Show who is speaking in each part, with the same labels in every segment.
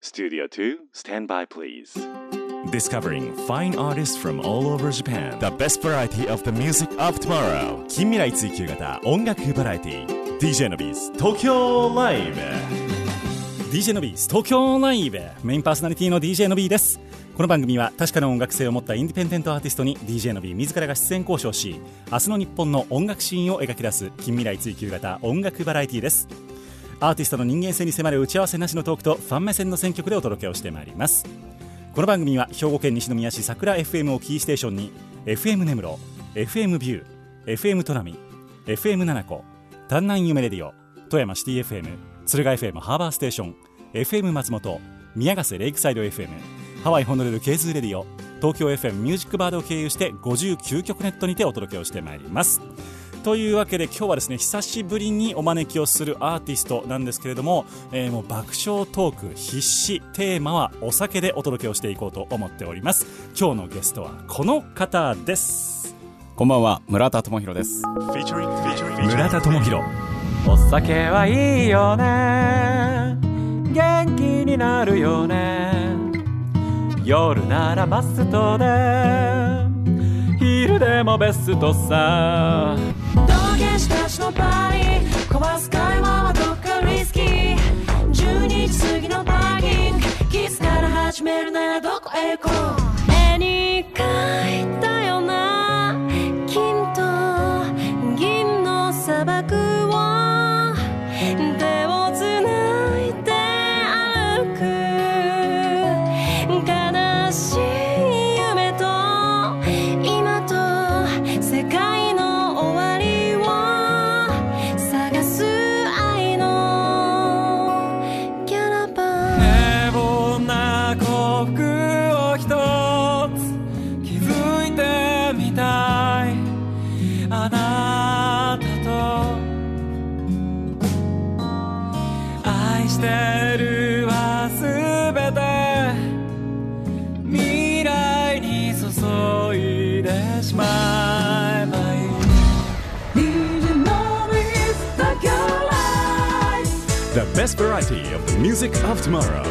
Speaker 1: Studio 2, stand by please.
Speaker 2: Discovering fine artists from all over Japan. The best variety of the music of tomorrow. 近未来追求型音楽バラエティ DJ のビーズ東京ライブ
Speaker 3: DJ の B 東京ライブメインパーソナリティの DJ の B ですこの番組は確かな音楽性を持ったインディペンデントアーティストに DJ の B 自らが出演交渉し明日の日本の音楽シーンを描き出す近未来追求型音楽バラエティですアーティストの人間性に迫る打ち合わせなしのトークとファン目線の選曲でお届けをしてまいりますこの番組は兵庫県西宮市桜 FM をキーステーションに FM 根室 FM ビュー FM トナミ FM 七子丹南夢レディオ富山シティ FM 鶴ヶ FM ハーバーステーション FM 松本宮ヶ瀬レイクサイド FM ハワイホノルルケーズレディオ東京 FM ミュージックバードを経由して59曲ネットにてお届けをしてまいりますというわけで今日はですね久しぶりにお招きをするアーティストなんですけれども、えーもう爆笑トーク必至テーマはお酒でお届けをしていこうと思っております今日のゲストはこの方です
Speaker 4: こんばんは、村田智博です。
Speaker 1: Featuring, featuring,
Speaker 3: 村
Speaker 1: featuring.
Speaker 3: 田智博
Speaker 4: お酒はいいよね。元気になるよね。夜ならマストで。昼でもベストさ。
Speaker 5: 道芸師たちのパーリー壊す会話はどっかリスキー12時過ぎのパーキングキスから始めるならどこへ行こう絵に描いたよな金と銀の砂漠を手をつないで歩く悲しい夢と今と世界の終わりを探す愛のキャラバン
Speaker 4: 平凡な幸福を一つ気づいてみたいあなたと愛してるはすべて未来に注いでしまえばいい
Speaker 2: The best variety of the music of tomorrow.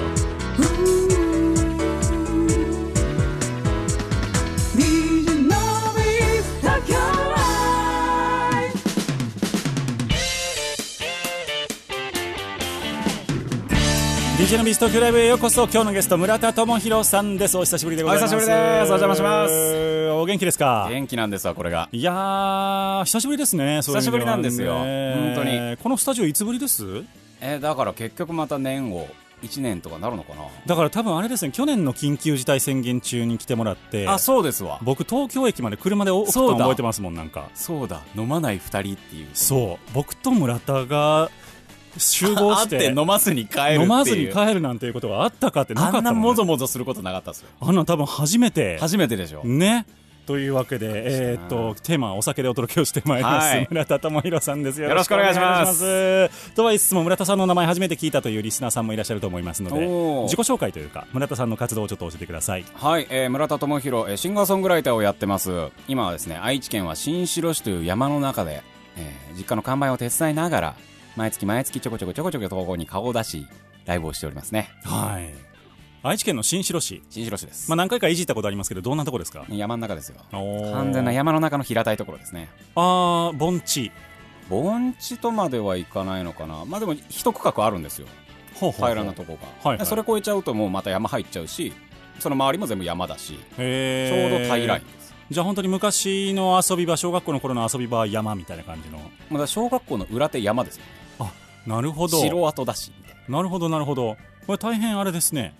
Speaker 3: ディジェノビース東京ライブへようこそ今日のゲスト村田智博さんですお久しぶりでございます
Speaker 4: お久しぶりですお邪魔します
Speaker 3: お元気ですか
Speaker 4: 元気なんですわこれが
Speaker 3: いやー久しぶりですねそういう意味は
Speaker 4: 久しぶりなんですよ
Speaker 3: ね
Speaker 4: 本当に
Speaker 3: このスタジオいつぶりです
Speaker 4: えだから結局また年を1年とかなるのかな
Speaker 3: だから多分あれですね去年の緊急事態宣言中に来てもらって
Speaker 4: あそうですわ
Speaker 3: 僕東京駅まで車で送った
Speaker 4: そう
Speaker 3: の
Speaker 4: だ
Speaker 3: 覚えてますもんなんか
Speaker 4: そうだ飲まない2人っていう
Speaker 3: そう僕と村田が集合
Speaker 4: あ
Speaker 3: し
Speaker 4: ってて飲まずに帰るっていう
Speaker 3: 飲まずに帰るなんていうことがあったかってなか
Speaker 4: あ
Speaker 3: っ
Speaker 4: ん
Speaker 3: た
Speaker 4: な
Speaker 3: も
Speaker 4: も
Speaker 3: んね
Speaker 4: ぞもぞすることなかったですよ
Speaker 3: あんなん多分初めて
Speaker 4: 初めてでしょ
Speaker 3: ねというわけで、えーっとテーマはお酒でお届けをしてまいります、
Speaker 4: はい
Speaker 3: 村田智博さんですよ
Speaker 4: よろしくお願いし
Speaker 3: よ
Speaker 4: ます
Speaker 3: ろしくお願いしますとは言いつつも村田さんの名前初めて聞いたというリスナーさんもいらっしゃると思いますので
Speaker 4: おー
Speaker 3: 自己紹介というか村田さんの活動をちょっと教えてください
Speaker 4: はい、えー村田智弘、えーシンガーソングライターをやってます今はですね愛知県は新城市という山の中で、えー実家の看板を手伝いながら毎月毎月ちょこちょこちょこちょこ投稿に顔を出しライブをしておりますね
Speaker 3: はい愛知県の新城市、
Speaker 4: 新城市です、
Speaker 3: まあ、何回かいじったことありますけどどんなとこですか
Speaker 4: 山の中ですよ完
Speaker 3: 完
Speaker 4: 全な山の中の平たいところですね
Speaker 3: あー盆地
Speaker 4: 盆地とまではいかないのかなまあでも一区画あるんですよ
Speaker 3: ほう
Speaker 4: 平らなとこが、
Speaker 3: はいはい
Speaker 4: それ越えちゃうともうまた山入っちゃうしその周りも全部山だしちょうど
Speaker 3: へー
Speaker 4: 平らにです、
Speaker 3: じゃあ本当に昔の遊び場小学校の頃の遊び場は山みたいな感じの
Speaker 4: まだ小学校の裏手山ですよ
Speaker 3: あなるほど
Speaker 4: 城跡だしみたいな
Speaker 3: なるほどなるほどこれ大変あれですね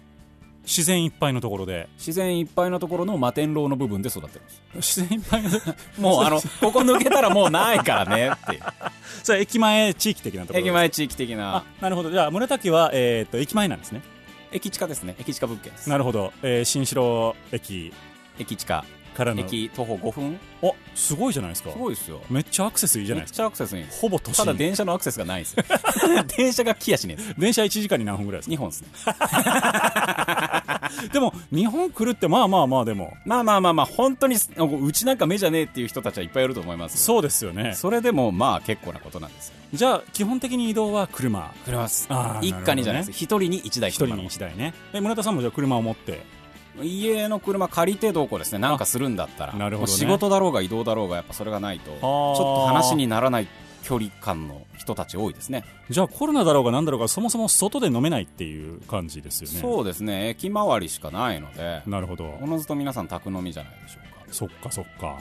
Speaker 3: 自然いっぱいのところで
Speaker 4: 自然いっぱいのところの摩天楼の部分で育って ます
Speaker 3: 自然いっぱいの
Speaker 4: もうあのここ抜けたらもうないからねっていう
Speaker 3: それ駅前地域的なところ
Speaker 4: 駅前地域的な
Speaker 3: あなるほどじゃあ村田家は、えー、と駅前なんですね
Speaker 4: 駅地下ですね駅地下物件です
Speaker 3: なるほど、えー新城駅
Speaker 4: 駅地下
Speaker 3: からの
Speaker 4: 駅徒歩5分
Speaker 3: あすごいじゃないですか
Speaker 4: すごいですよ
Speaker 3: めっちゃアクセスいいじゃない
Speaker 4: めっ
Speaker 3: ですか
Speaker 4: ちゃアクセスいいです
Speaker 3: ほぼ都
Speaker 4: ただ
Speaker 3: 心
Speaker 4: 電車のアクセスがないんです よ電車が来やしねえです
Speaker 3: 電車1時間に何分ぐらいですか
Speaker 4: 2本ですね
Speaker 3: でも日本来るってまあまあまあでも
Speaker 4: まあまあまあまあ、本当にす、うちなんか目じゃねえっていう人たちはいっぱいいると思います。
Speaker 3: そうですよね
Speaker 4: それでも、まあ結構なことなんですよ。
Speaker 3: じゃあ基本的に移動は車
Speaker 4: 車です
Speaker 3: あー
Speaker 4: 一家にじゃない
Speaker 3: なるほど
Speaker 4: です。
Speaker 3: ね
Speaker 4: 一人に一台
Speaker 3: 一人
Speaker 4: 車の
Speaker 3: に一台ねえ村田さんもじゃあ車を持って
Speaker 4: 家の車借りてどうこうですね。なんかするんだったら。
Speaker 3: あなるほどね
Speaker 4: もう仕事だろうが移動だろうが、やっぱそれがないと、ちょっと話にならない距離感の人たち多いですね。
Speaker 3: じゃあコロナだろうがなんだろうがそもそも外で飲めないっていう感じですよね
Speaker 4: そうですね。駅周りしかないので、
Speaker 3: なるほど
Speaker 4: おのずと皆さん宅飲みじゃないでしょうか。
Speaker 3: そっかそっか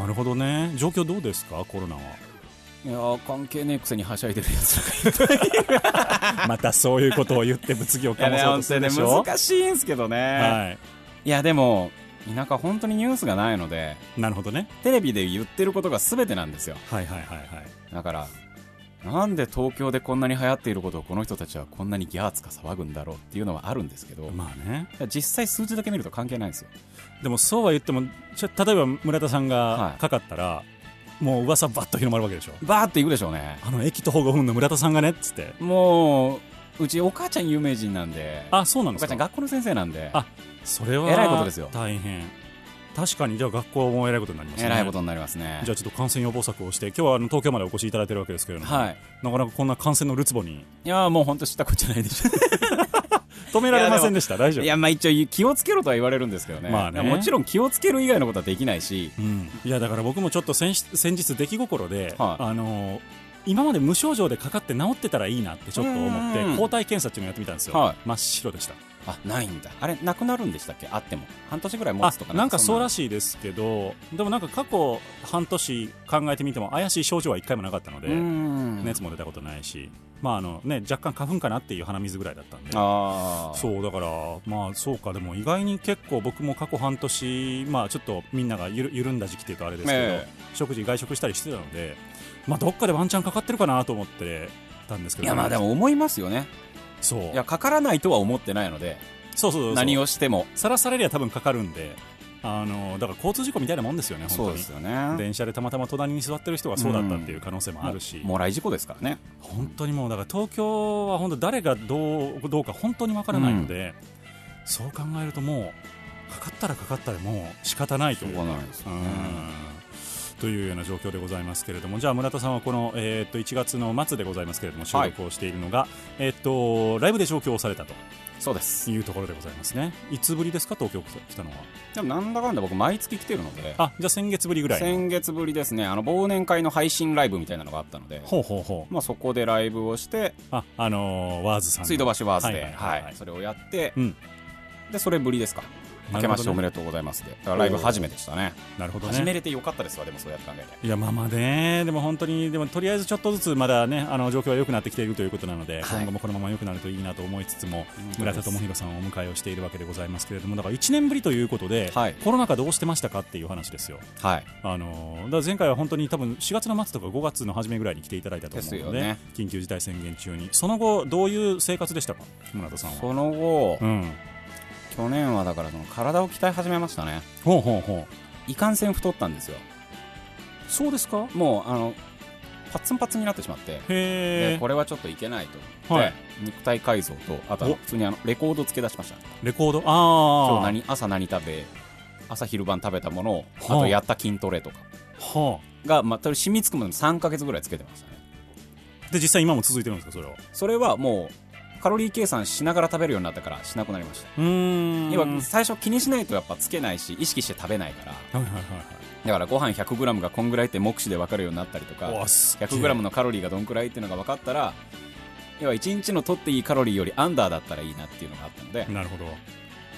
Speaker 3: なるほどね状況どうですかコロナは
Speaker 4: いやー関係ねえくせにはしゃいでるやつらがいる
Speaker 3: またそういうことを言って物議を醸そうとするでしょ、
Speaker 4: 難しいんすけどね、、
Speaker 3: はい
Speaker 4: やでも田舎本当にニュースがないので
Speaker 3: いなるほどね
Speaker 4: テレビで言ってることが全てなんですよ
Speaker 3: はいはいはいはい
Speaker 4: だからなんで東京でこんなに流行っていることをこの人たちはこんなにギャーツか騒ぐんだろうっていうのはあるんですけど、
Speaker 3: まあね
Speaker 4: 実際数字だけ見ると関係ないんですよ
Speaker 3: でもそうは言ってもちょ例えば村田さん
Speaker 4: は
Speaker 3: が
Speaker 4: い
Speaker 3: かかったら、もう噂ばっと広まるわけでしょ
Speaker 4: バーっていくでしょうね
Speaker 3: あの駅徒歩5分の村田さんがねっつって
Speaker 4: もううちお母ちゃん有名人なんで
Speaker 3: あそうなん
Speaker 4: お
Speaker 3: で
Speaker 4: 母
Speaker 3: す
Speaker 4: ちゃん
Speaker 3: か
Speaker 4: 学校の先生なんで
Speaker 3: あそれは
Speaker 4: えらいことですよ
Speaker 3: 大変確かにじゃあ学校もえらいことになりますね
Speaker 4: えらいことになりますね
Speaker 3: じゃあちょっと感染予防策をして今日はあの東京までお越しいただいてるわけですけれども、
Speaker 4: はい
Speaker 3: なかなかこんな感染のるつぼに
Speaker 4: いやーもう本当知ったことじゃないでしょ
Speaker 3: 止められませんでした大丈夫
Speaker 4: いや、まあ一応気をつけろとは言われるんですけどね。
Speaker 3: まあね
Speaker 4: もちろん気をつける以外のことはできないし、
Speaker 3: うん、いやだから僕もちょっと先し先日出来心で、
Speaker 4: はい
Speaker 3: あのー今まで無症状でかかって治ってたらいいなってちょっと思って
Speaker 4: うん
Speaker 3: 抗体検査っていうのをやってみたんですよ、
Speaker 4: はい
Speaker 3: 真っ白でした
Speaker 4: あ、ないんだ。あれ、なくなるんでしたっけあっても。半年ぐらい持
Speaker 3: あ
Speaker 4: つとか
Speaker 3: なんかそうら
Speaker 4: しい。
Speaker 3: しいですけどでもなんか過去半年考えてみても怪しい症状は一回もなかったので、
Speaker 4: うーん。
Speaker 3: 熱も出たことないし、まああのね、若干花粉かなっていう鼻水ぐらいだったんで
Speaker 4: ああ。
Speaker 3: そうだから、まあそうか、でも意外に結構僕も過去半年、まあちょっとみんながゆる緩んだ時期っていうとあれですけど、
Speaker 4: え
Speaker 3: 食事、外食したりしてたので、まあどっかでワンチャンかかってるかなと思ってたんですけ
Speaker 4: い
Speaker 3: ど、
Speaker 4: や、まあでも思いますよね。
Speaker 3: そう、
Speaker 4: いや、かからないとは思ってないので、
Speaker 3: そうそうそうそう、
Speaker 4: 何をしても。
Speaker 3: さらされりゃ多分かかるんで、あのだから交通事故みたいなもんですよね、
Speaker 4: そ
Speaker 3: 本
Speaker 4: う
Speaker 3: 当
Speaker 4: で
Speaker 3: に
Speaker 4: す。よね。
Speaker 3: 電車でたまたま隣に座ってる人がそうだったっていう可能性もあるし、
Speaker 4: もらい事故ですからね。
Speaker 3: 本当にもうだから東京は本当誰がどうどうか本当にわからないので、そう考えるともうかかったらかかったでもう仕方ないというか
Speaker 4: しょうがないですよね
Speaker 3: うんというような状況でございますけれどもじゃあ村田さんはこの、えーっと1月の末でございますけれども収録をしているのが、えーっとライブで上京をされたと
Speaker 4: そうです。
Speaker 3: いうところでございますねいつぶりですか東京来たのは
Speaker 4: でもなんだかんだ僕毎月来てるので、
Speaker 3: あじゃあ先月ぶりぐらいの
Speaker 4: 先月ぶりですね、あの、忘年会の配信ライブみたいなのがあったので、
Speaker 3: ほうほうほう
Speaker 4: まあそこでライブをして、
Speaker 3: ああのーワーズさんの
Speaker 4: 水道橋ワーズ
Speaker 3: はいは
Speaker 4: で、
Speaker 3: いはいはい
Speaker 4: はい。それをやって
Speaker 3: う、ん
Speaker 4: で、それぶりですか。明けましておめでとうございますで。だからライブ初めてでしたね。
Speaker 3: なるほどね
Speaker 4: 始めれてよかったですわ、でもそうやって考えて。
Speaker 3: いやまあまあね、でも本当に、でもとりあえずちょっとずつまだね、あの状況は良くなってきているということなので、
Speaker 4: はい
Speaker 3: 今後もこのまま良くなるといいなと思いつつも、
Speaker 4: 当
Speaker 3: 村田
Speaker 4: です
Speaker 3: 智弘さんをお迎えをしているわけでございますけれども、だから1年ぶりということで、
Speaker 4: はい
Speaker 3: コロナ禍どうしてましたかっていう話ですよ、
Speaker 4: はい。
Speaker 3: あのーだから前回は本当に多分4月の末とか5月の初めぐらいに来ていただいたと思うので、
Speaker 4: ですよね
Speaker 3: 緊急事態宣言中に、その後、どういう生活でしたか、村田さんは。
Speaker 4: その後、
Speaker 3: うん、
Speaker 4: 去年はだからその体を鍛え始めましたね。
Speaker 3: ほうほうほう
Speaker 4: いかんせん太ったんですよ。
Speaker 3: そうですか
Speaker 4: もう、あの、パッツンパツンになってしまって、
Speaker 3: へ
Speaker 4: で
Speaker 3: え
Speaker 4: これはちょっといけないと思っ
Speaker 3: は
Speaker 4: て、
Speaker 3: い
Speaker 4: 肉体改造と、あとは
Speaker 3: お
Speaker 4: 普通にあのレコード付け出しました。
Speaker 3: レコード
Speaker 4: 今
Speaker 3: あ
Speaker 4: 日
Speaker 3: あ
Speaker 4: 何朝何食べ、朝昼晩食べたものを、あ
Speaker 3: はあ
Speaker 4: とやった筋トレとか
Speaker 3: は
Speaker 4: が、まあ、た染みつくまで3ヶ月ぐらいつけてましたね。
Speaker 3: あで実際今も続いてるんですかそれは
Speaker 4: それはもう、カロリー計算しながら食べるようになったからしなくなりました。
Speaker 3: うーん
Speaker 4: 要は最初気にしないとやっぱつけないし意識して食べないから
Speaker 3: はいはいはい
Speaker 4: だからご飯 100g がこんぐらいって目視で分かるようになったりと
Speaker 3: はい。
Speaker 4: か
Speaker 3: す
Speaker 4: 100g のカロリーがどんくらいっていうのが分かったら要は1日の取っていいカロリーよりアンダーだったらいいなっていうのがあったので
Speaker 3: なるほど。へ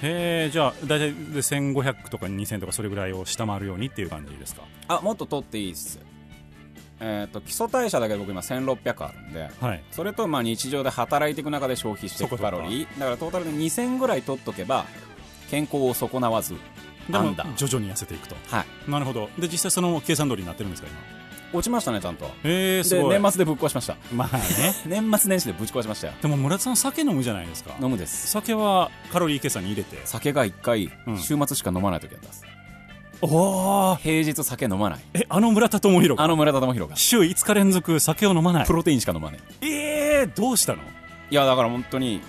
Speaker 3: え、じゃあ、大体で1500とか2000とかそれぐらいを下回るようにっていう感じですか。
Speaker 4: あもっと取っていいっすえっ、と基礎代謝だけで僕今1600あるんで
Speaker 3: はい。
Speaker 4: それとまあ日常で働いていく中で消費してい
Speaker 3: そ
Speaker 4: く
Speaker 3: っかそ
Speaker 4: カ
Speaker 3: っか
Speaker 4: ロリーだからトータルで2000ぐらい取っとけば健康を損なわず
Speaker 3: で
Speaker 4: ア
Speaker 3: も
Speaker 4: ンダー
Speaker 3: 徐々に痩せていくと。
Speaker 4: はい
Speaker 3: なるほど。で、実際その計算通りになってるんですか、今。
Speaker 4: 落ちましたねちゃんと
Speaker 3: へえ、す
Speaker 4: で
Speaker 3: ごい。
Speaker 4: 年末でぶっ壊しました
Speaker 3: まあね。
Speaker 4: 年末年始でぶち壊しましたよ
Speaker 3: でも、村田さん、酒飲むじゃないですか。
Speaker 4: 飲むです
Speaker 3: 酒はカロリー計算に入れて。
Speaker 4: 酒が一回
Speaker 3: うん
Speaker 4: 週末しか飲まない時だったんです、
Speaker 3: おー
Speaker 4: 平日酒飲まない
Speaker 3: え、あの村田智弘
Speaker 4: あ
Speaker 3: が。
Speaker 4: の村田智弘が
Speaker 3: 週5日連続酒を飲まない
Speaker 4: プ。ロテインしか飲まない
Speaker 3: ええー、どうしたの
Speaker 4: いやだから本当に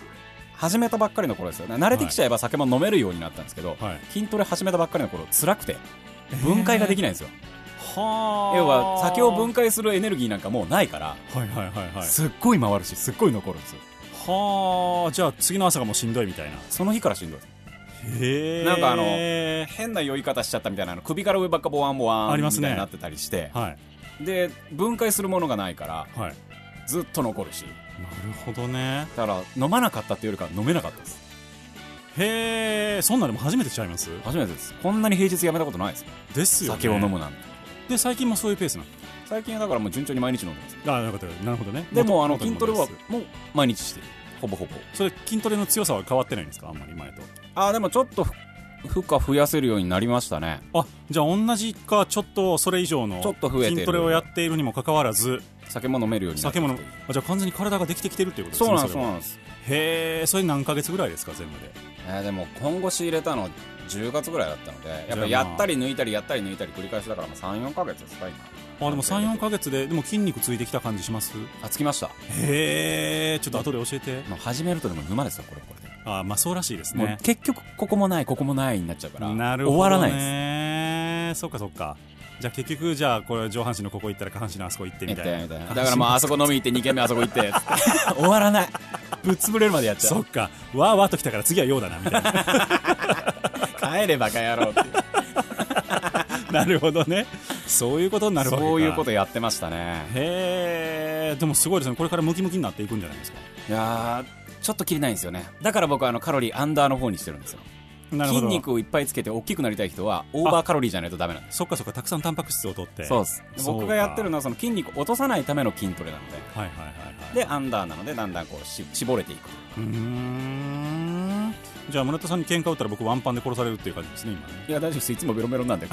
Speaker 4: 始めたばっかりの頃ですよね慣れてきちゃえば酒も飲めるようになったんですけど、
Speaker 3: はい
Speaker 4: 筋トレ始めたばっかりの頃辛くて分解ができないんですよ、
Speaker 3: はあ
Speaker 4: 要は酒を分解するエネルギーなんかもうないから
Speaker 3: はいはいはいはい
Speaker 4: すっごい回るしすっごい残るんですよ
Speaker 3: はあじゃあ次の朝がもうしんどいみたいな
Speaker 4: その日からしんどいです
Speaker 3: へえ
Speaker 4: なんかあの変な酔い方しちゃったみたいなの首から上ばっかボワンボワン
Speaker 3: あり
Speaker 4: み
Speaker 3: ま
Speaker 4: た
Speaker 3: す
Speaker 4: い
Speaker 3: ね
Speaker 4: になってたりして、
Speaker 3: はい
Speaker 4: で分解するものがないから
Speaker 3: はい
Speaker 4: ずっと残るし
Speaker 3: なるほどね
Speaker 4: だから飲まなかったっていうよりかは飲めなかったです
Speaker 3: へえそんなのも初めてちゃいます
Speaker 4: 初めてですこんなに平日やめたことないです
Speaker 3: ですよ、ね、
Speaker 4: 酒を飲むなんて
Speaker 3: で最近もそういうペースなの
Speaker 4: 最近はだからもう順調に毎日飲んでます
Speaker 3: あなるほどなるほどね
Speaker 4: でも
Speaker 3: 元
Speaker 4: あの
Speaker 3: 元
Speaker 4: 筋
Speaker 3: に
Speaker 4: トレ
Speaker 3: 戻
Speaker 4: は
Speaker 3: す
Speaker 4: もう毎日してるほぼほぼ
Speaker 3: それ筋トレの強さは変わってないんですかあんまり前と
Speaker 4: あーでもちょっとふ負荷増やせるようになりましたね
Speaker 3: あじゃあ同じかちょっとそれ以上の
Speaker 4: ちょっと増えてる
Speaker 3: 筋トレをやっているにもかかわらず
Speaker 4: 酒も飲めるようになって
Speaker 3: 酒
Speaker 4: き
Speaker 3: も飲
Speaker 4: て
Speaker 3: むあじゃあ完全に体ができてきてるっていうことですね
Speaker 4: そうなんですそう
Speaker 3: れ
Speaker 4: な
Speaker 3: は
Speaker 4: んです、
Speaker 3: へえそれ何ヶ月ぐらいですか全部で
Speaker 4: えーでも今後仕入れたの10月ぐらいだったのでやっ
Speaker 3: じゃあま
Speaker 4: ぱ
Speaker 3: あ
Speaker 4: やったり抜いたりやったり抜いたり繰り返しだから34か月ですか今
Speaker 3: あでも34ヶ月ででも筋肉ついてきた感じします
Speaker 4: あつきました
Speaker 3: へえちょっと後で教えて
Speaker 4: もう始めるとでも沼ですよこれこれで
Speaker 3: あまあそうらしいです
Speaker 4: もう
Speaker 3: ね
Speaker 4: 結局ここもないここもないになっちゃうから
Speaker 3: なるほど、ね、
Speaker 4: 終わらないです
Speaker 3: そっかそっかじゃあ結局じゃあこれ上半身のここ行ったら下半身のあそこ行ってみたいな
Speaker 4: みたいなだからも うあそこ飲み行って2軒目あそこ行って終わらないぶっ潰れるまでやっちゃ
Speaker 3: そうっかわーわーときたから次はようだなみ たいな
Speaker 4: 帰れバカ野郎っていう
Speaker 3: なるほどねそういう ことになるわけか
Speaker 4: そういうことやってましたね
Speaker 3: へえでもすごいですねこれからムキムキになっていくんじゃないですか
Speaker 4: いやーちょっと切れないんですよねだから僕はあのカロリーアンダーの方にしてるんですよ
Speaker 3: なるほ
Speaker 4: 筋
Speaker 3: ど
Speaker 4: 肉をいっぱいつけて大きくなりたい人はオーバーカロリーじゃないとダメなんです
Speaker 3: そっかそっかたくさんタンパク質を取って
Speaker 4: そうですで
Speaker 3: そうか
Speaker 4: 僕がやってるのはその筋肉を落とさないための筋トレなので
Speaker 3: はいはいはいはい
Speaker 4: でアンダーなのでだんだんこうし絞れていく
Speaker 3: うーんじゃあ村田さんに喧嘩打ったら僕ワンパンで殺されるっていう感じですね今ね
Speaker 4: いや大丈夫ですいつもベロベ ロなんで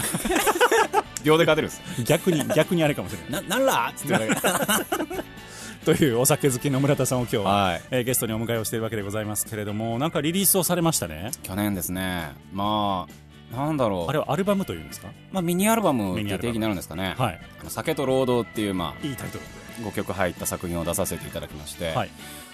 Speaker 4: 秒で勝てるんです
Speaker 3: 逆 に逆にあれかもしれない
Speaker 4: ななんらっつって言われる
Speaker 3: というお酒好きの村田さんを今日は、
Speaker 4: はい
Speaker 3: えーゲストにお迎えをしているわけでございますけれどもなんかリリースをされましたね
Speaker 4: 去年ですねまあなんだろう
Speaker 3: あれはアルバムというんですか
Speaker 4: まあ、ミニアルバムっ
Speaker 3: ミニアルバ
Speaker 4: て定
Speaker 3: ム
Speaker 4: 義になるんですかね「
Speaker 3: はい
Speaker 4: あの酒と労働」っていう、ま
Speaker 3: いいタイトル
Speaker 4: あ、5曲入った作品を出させていただきまして、
Speaker 3: で、はい、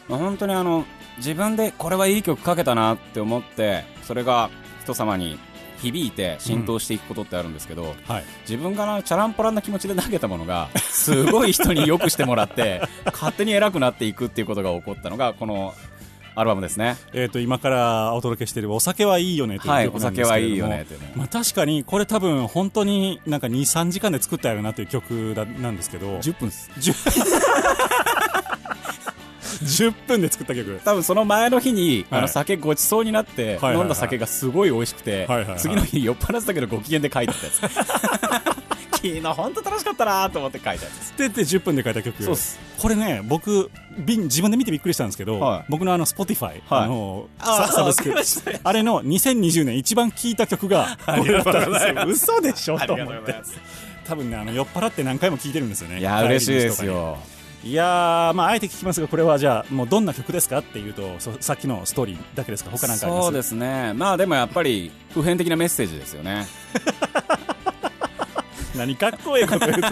Speaker 4: まあ本当にあの自分でこれはいい曲書けたなって思ってそれが人様に響いて浸透していくことってあるんですけど、
Speaker 3: はい、
Speaker 4: 自分がなチャランポランな気持ちで投げたものがすごい人によくしてもら って勝手に偉くなっていくっていうことが起こったのがこのアルバムですね。
Speaker 3: えー、と今からお届けしている「お酒はいいよね」と
Speaker 4: は
Speaker 3: いう
Speaker 4: い
Speaker 3: 曲なんですけれども、
Speaker 4: お酒はいいよねというね
Speaker 3: まあ、確かにこれ多分本当になんか23時間で作ったやろうなという曲だなんですけど
Speaker 4: 10分です
Speaker 3: じゅ10分で作った曲
Speaker 4: 多分その前の日に、
Speaker 3: はい
Speaker 4: あの酒ごちそうになって、
Speaker 3: はいはい
Speaker 4: 飲んだ酒がすごい美味しくて、
Speaker 3: はいはいはい
Speaker 4: 次の日酔っ払ってたけどご機嫌で書いてたやつ 昨日本当楽しかったなと思って書いたやつ
Speaker 3: で
Speaker 4: です
Speaker 3: で10分で書いた曲
Speaker 4: そうっす
Speaker 3: これね僕びん自分で見てびっくりしたんですけど、
Speaker 4: はい
Speaker 3: 僕のあの Spotify、あの
Speaker 4: あ
Speaker 3: サ
Speaker 4: ー
Speaker 3: サブスク
Speaker 4: わかりました
Speaker 3: あれの2020年一番聴いた曲がこれだったんですよ嘘でしょと思って
Speaker 4: す
Speaker 3: 多分ねあの酔っ払って何回も聴いてるん ですよね
Speaker 4: いや
Speaker 3: 帰り道
Speaker 4: 嬉しいです
Speaker 3: とかに
Speaker 4: よ
Speaker 3: いやーまああえて聞きますがこれはじゃあもうどんな曲ですかっていうとそさっきのストーリーだけですか他なんかあります
Speaker 4: そうですねまあでもやっぱり普遍的なメッセージですよ ね
Speaker 3: 何かっこいいこと言うと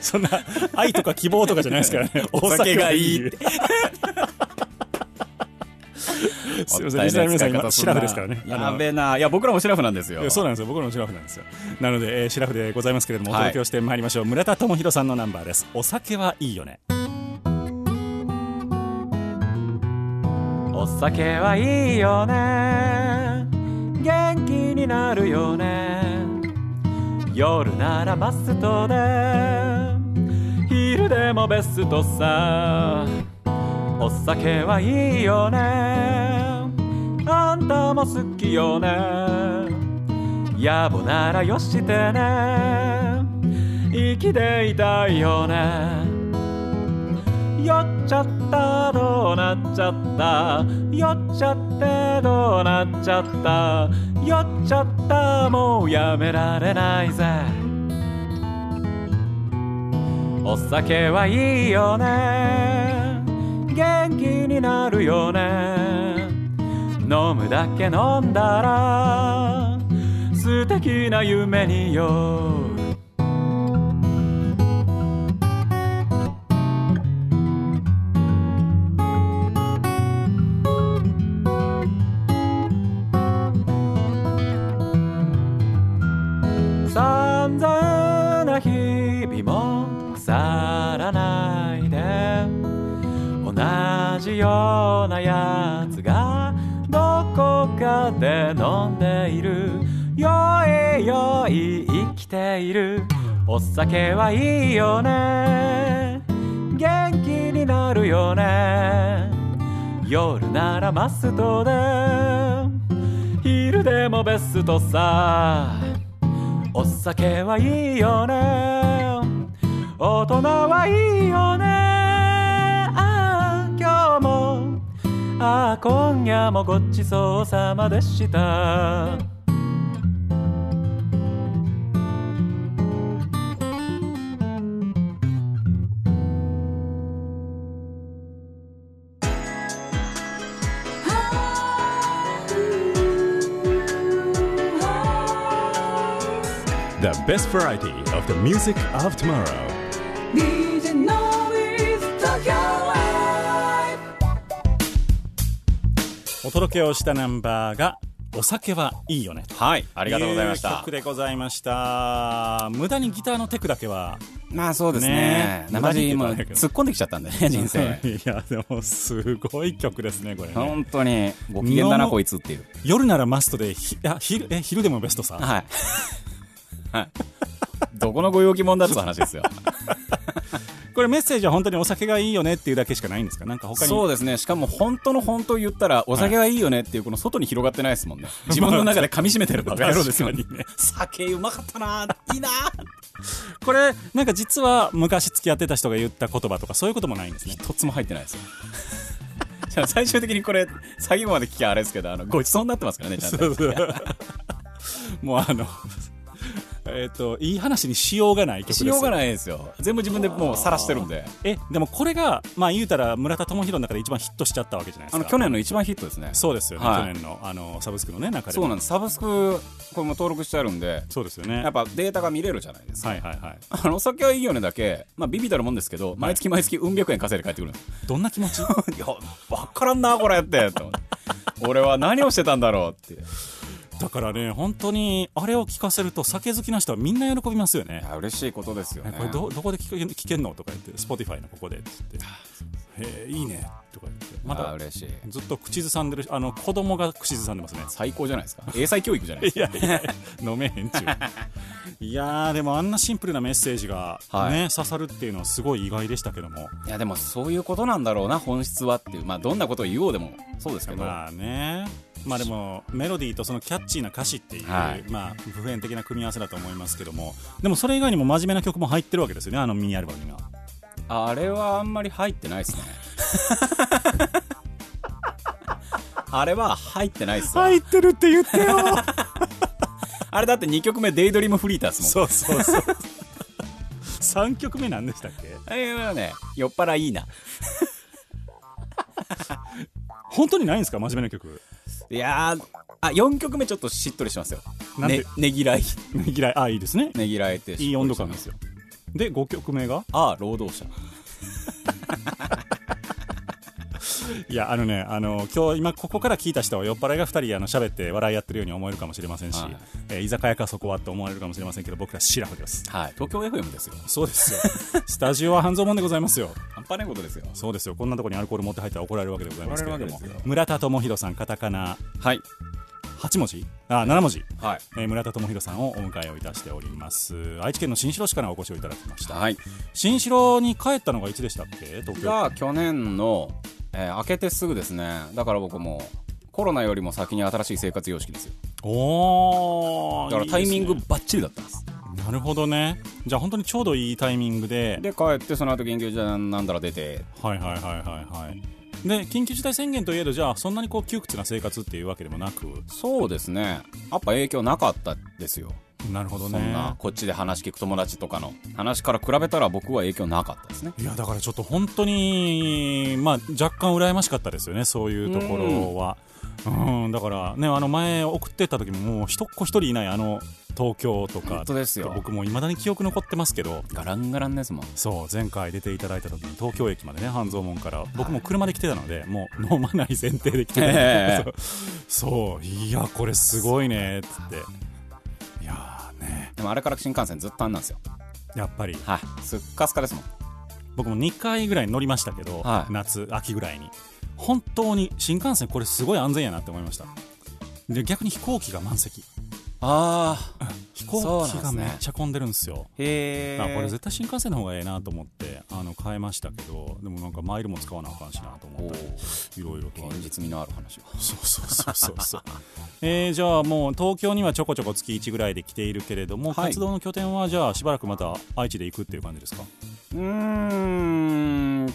Speaker 3: そんな愛とか希望とかじゃないですからねお
Speaker 4: 酒がいい
Speaker 3: 酒がい いすいません
Speaker 4: も
Speaker 3: リ
Speaker 4: っ
Speaker 3: ス
Speaker 4: た
Speaker 3: ナー
Speaker 4: い
Speaker 3: の
Speaker 4: ない
Speaker 3: 皆さん今
Speaker 4: 使い方す
Speaker 3: シ
Speaker 4: んな
Speaker 3: ラフですからねあ
Speaker 4: や
Speaker 3: の
Speaker 4: べえないや僕らもシラフなんですよ
Speaker 3: そうなんですよ僕らもシラフなんですよなので、えーシラフでございますけれどもお
Speaker 4: はい
Speaker 3: 届けをしてまいりましょう、村田智博さんのナンバーですお酒はいいよね
Speaker 4: お酒はいいよね元気になるよね夜ならマストで昼でもベストさお酒はいいよねあんたも好きよね野暮ならよしてね生きていたいよね酔っちゃったどうなっちゃった酔っちゃってどうなっちゃった酔っちゃったもうやめられないぜお酒はいいよね元気になるよね飲むだけ飲んだら素敵な夢に酔
Speaker 6: 「
Speaker 4: う
Speaker 6: じようなやつがどこかで飲んでいる酔い酔い生きているお酒はいいよね元気になるよね夜ならマストで昼でもベストさお酒はいいよね大人はいいよねああ今日もああ今夜もごちそうさまでした
Speaker 2: The best variety of the music of tomorrow.
Speaker 5: Live
Speaker 3: お届けをしたナンバーが「お酒はいいよね」
Speaker 4: はい、ありがとうございまし
Speaker 3: う
Speaker 4: た
Speaker 3: 曲。でございました無駄にギターのテクだけは
Speaker 4: まあそうです
Speaker 3: ね
Speaker 4: ね。生地今
Speaker 3: 無駄にって言うとあれだけど。
Speaker 4: 突っ込んできちゃ ったんだね、人生
Speaker 3: いやでもすごい曲ですねこれね
Speaker 4: 本当にご機嫌だ
Speaker 3: 飲
Speaker 4: な
Speaker 3: む
Speaker 4: こいつっていう。
Speaker 3: 夜ならマストでひあ昼え昼でもベストさ
Speaker 4: はい。 はい。どこのご用気問だって話ですよ。
Speaker 3: これメッセージは本当にお酒がいいよねっていうだけしかないんですかなんか他に
Speaker 4: そうですね。しかも本当の本当言ったら、お酒がいいよねっていう、この外に広がってないですもんね。 自分の中で噛み締めてるバカ野郎です よね。酒うまかったなーいいなー
Speaker 3: これなんか実は昔付き合ってた人が言った言葉とかそういうこともないんですね
Speaker 4: 一つも入ってないですよ。じゃあ最終的にこれ、最後まで聞きゃあれですけど、あの、ごちそうになってますからね、ちゃんと。
Speaker 3: もうあのえっといい話にしようがない曲です
Speaker 4: しようがないですよ。全部自分でもう晒してるんで。
Speaker 3: えでもこれがまあ言うたら村田智弘の中で一番ヒットしちゃったわけじゃないですか
Speaker 4: あの、去年の一番ヒットですね。
Speaker 3: そうですよね、
Speaker 4: はい
Speaker 3: 去年のあのサブスクのね中でも
Speaker 4: そうなんです。サブスク、これも登録してあるんで、
Speaker 3: そうですよね
Speaker 4: やっぱデータが見れるじゃないですか。
Speaker 3: はいはいはい
Speaker 4: あのお酒はいいよねだけ、まあ、ビビたるもんですけど、毎月毎月うん百円稼いで帰ってくるの
Speaker 3: どんな気持ち
Speaker 4: いや分からんなこれってと思って俺は何をしてたんだろうってい
Speaker 3: だからね本当にあれを聞かせると酒好きな人はみんな喜びますよね
Speaker 4: や嬉しいことですよ
Speaker 3: え
Speaker 4: ね
Speaker 3: これどどこで聞け聞けんのとか言って Spotify のここでって言って「へえいいね」とか言ってま
Speaker 4: まだ
Speaker 3: だ
Speaker 4: 嬉しい
Speaker 3: ずっと口ずさんでるあの子供が口ずさんでますね
Speaker 4: 最高じゃないですか英才教育じゃない で
Speaker 3: いやいや飲めへんちゅういやーでもあんなシンプルなメッセージが、ね
Speaker 4: はい
Speaker 3: 刺さるっていうのはすごい意外でしたけども
Speaker 4: すかいやでもそういうことなんだろうな本質はっていうまあどんなことを言おうでもそうですけど、
Speaker 3: まあねまあでもメロディーとそのキャッチーな歌詞っていう、
Speaker 4: はい
Speaker 3: まあ普遍的な組み合わせだと思いますけどもでもそれ以外にも真面目な曲も入ってるわけですよねあのミニアルバムには
Speaker 4: あれはあんまり入ってな いですねあれは入ってないっすわ
Speaker 3: 入ってるって言ってよ
Speaker 4: あれだって2曲目「デイドリームフリーター」っすも ん
Speaker 3: そうそうそう3曲目何でしたっけ
Speaker 4: あれはね酔っ払いいな
Speaker 3: 本当にないんですか真面目な曲
Speaker 4: いやーあ4曲目ちょっとしっとりしますよ
Speaker 3: なんで
Speaker 4: ねねぎらい
Speaker 3: 嫌いあいいですね
Speaker 4: ねぎらえて
Speaker 3: いい温度感ですよで5曲目が
Speaker 4: ああ労働者
Speaker 3: いやあのねあの今日今ここから聞いた人は酔っ払いが2人あの喋って笑い合ってるように思えるかもしれませんし、
Speaker 4: はい
Speaker 3: えー居酒屋かそこはって思われるかもしれませんけど僕らシラフです
Speaker 4: はい東京 FM ですよ
Speaker 3: そうですよ スタジオは半蔵門でございますよ
Speaker 4: 半端ないことですよ
Speaker 3: そうですよこんなとこにアルコール持って入ったら怒られるわけでございますけれども
Speaker 4: 怒られるわけですよ
Speaker 3: 村田智弘さんカタカナ
Speaker 4: はい
Speaker 3: 8文字あ7文字、
Speaker 4: はい
Speaker 3: えー村田智弘さんをお迎えをいたしております愛知県の新城市からお越しをいただきました
Speaker 4: はい
Speaker 3: 新城に帰ったのがいつでしたっけ東京
Speaker 4: が去年の、えー明けてすぐですねだから僕もコロナよりも先に新しい生活様式ですよ
Speaker 3: おー
Speaker 4: だからタイミン
Speaker 3: い
Speaker 4: グ
Speaker 3: いです
Speaker 4: バッチリだったんです
Speaker 3: ねなるほどねじゃあ本当にちょうどいいタイミングで
Speaker 4: で帰ってその後緊急事態なんだら出て
Speaker 3: はいはいはいはいはいで緊急事態宣言といえどじゃあそんなにこう窮屈な生活っていうわけでもなく
Speaker 4: そうですねやっぱ影響なかったですよ
Speaker 3: なるほど
Speaker 4: そんなこっちで話聞く友達とかの話から比べたら僕は影響なかったですね
Speaker 3: いやだからちょっと本当に、まあ、若干羨ましかったですよね、そういうところは。うんだから、ね、あの前送ってった時ももう一っ子一人いないあの東京とか
Speaker 4: 本当ですよ
Speaker 3: 僕もいまだに記憶残ってますけど
Speaker 4: ガランガランですもん
Speaker 3: そう前回出ていただいた時に東京駅までね半蔵門から僕も車で来てたのでもう飲まない前提で来てたので
Speaker 4: え
Speaker 3: そうそういやこれすごいねっつっていやーね
Speaker 4: でもあれから新幹線ずっとあんなんですよ
Speaker 3: やっぱり
Speaker 4: はいすっかすかですもん
Speaker 3: 僕も2回ぐらい乗りましたけど、
Speaker 4: はい
Speaker 3: 夏秋ぐらいに本当に新幹線これすごい安全やなって思いましたで逆に飛行機が満席
Speaker 4: ああ
Speaker 3: 飛
Speaker 4: そ
Speaker 3: 行
Speaker 4: うなん
Speaker 3: 機
Speaker 4: です
Speaker 3: が
Speaker 4: ね
Speaker 3: めっちゃ混んでるんですよ
Speaker 4: へえ
Speaker 3: あこれ絶対新幹線の方がええなと思ってあの変えましたけどでもなんかマイルも使わなあかんしなと思っ
Speaker 4: おお
Speaker 3: ていろいろと
Speaker 4: 現実味のある話が
Speaker 3: そうそうそうそうそう えーじゃあもう東京にはちょこちょこ月1ぐらいで来ているけれども、
Speaker 4: はい
Speaker 3: 活動の拠点はじゃあしばらくまた愛知で行くっていう感じですか
Speaker 4: うーん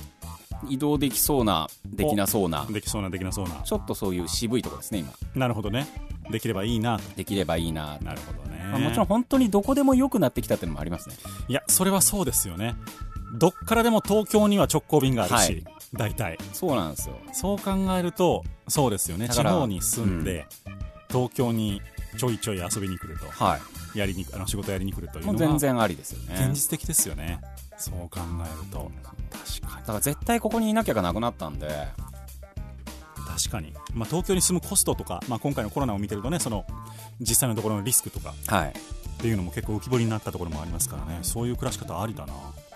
Speaker 4: 移動できそうなできなそうな
Speaker 3: できそうなできなそうな
Speaker 4: ちょっとそういう渋いとこですね今
Speaker 3: なるほどねできればいいな
Speaker 4: できればいいな、
Speaker 3: なるほどね、
Speaker 4: まあ、もちろん本当にどこでも良くなってきたっていうのもありますね
Speaker 3: いやそれはそうですよねどっからでも東京には直行便があるし、
Speaker 4: はい
Speaker 3: 大体
Speaker 4: そうなんですよ
Speaker 3: そう考えるとそうですよね
Speaker 4: だ
Speaker 3: 地
Speaker 4: から
Speaker 3: 方に住んで、東京にちょいちょい遊びに来ると
Speaker 4: は
Speaker 3: やりにあの仕事やりに来るとい
Speaker 4: いうも
Speaker 3: の
Speaker 4: う
Speaker 3: が
Speaker 4: 全然ありですよね
Speaker 3: 現実的ですよねそう考えると確かに
Speaker 4: だから絶対ここにいなきゃがなくなったんで
Speaker 3: 確かに、まあ、東京に住むコストとか、まあ、今回のコロナを見てるとねその実際のところのリスクとか
Speaker 4: はい
Speaker 3: っていうのも結構浮き彫りになったところもありますからねそういう暮らし方ありだな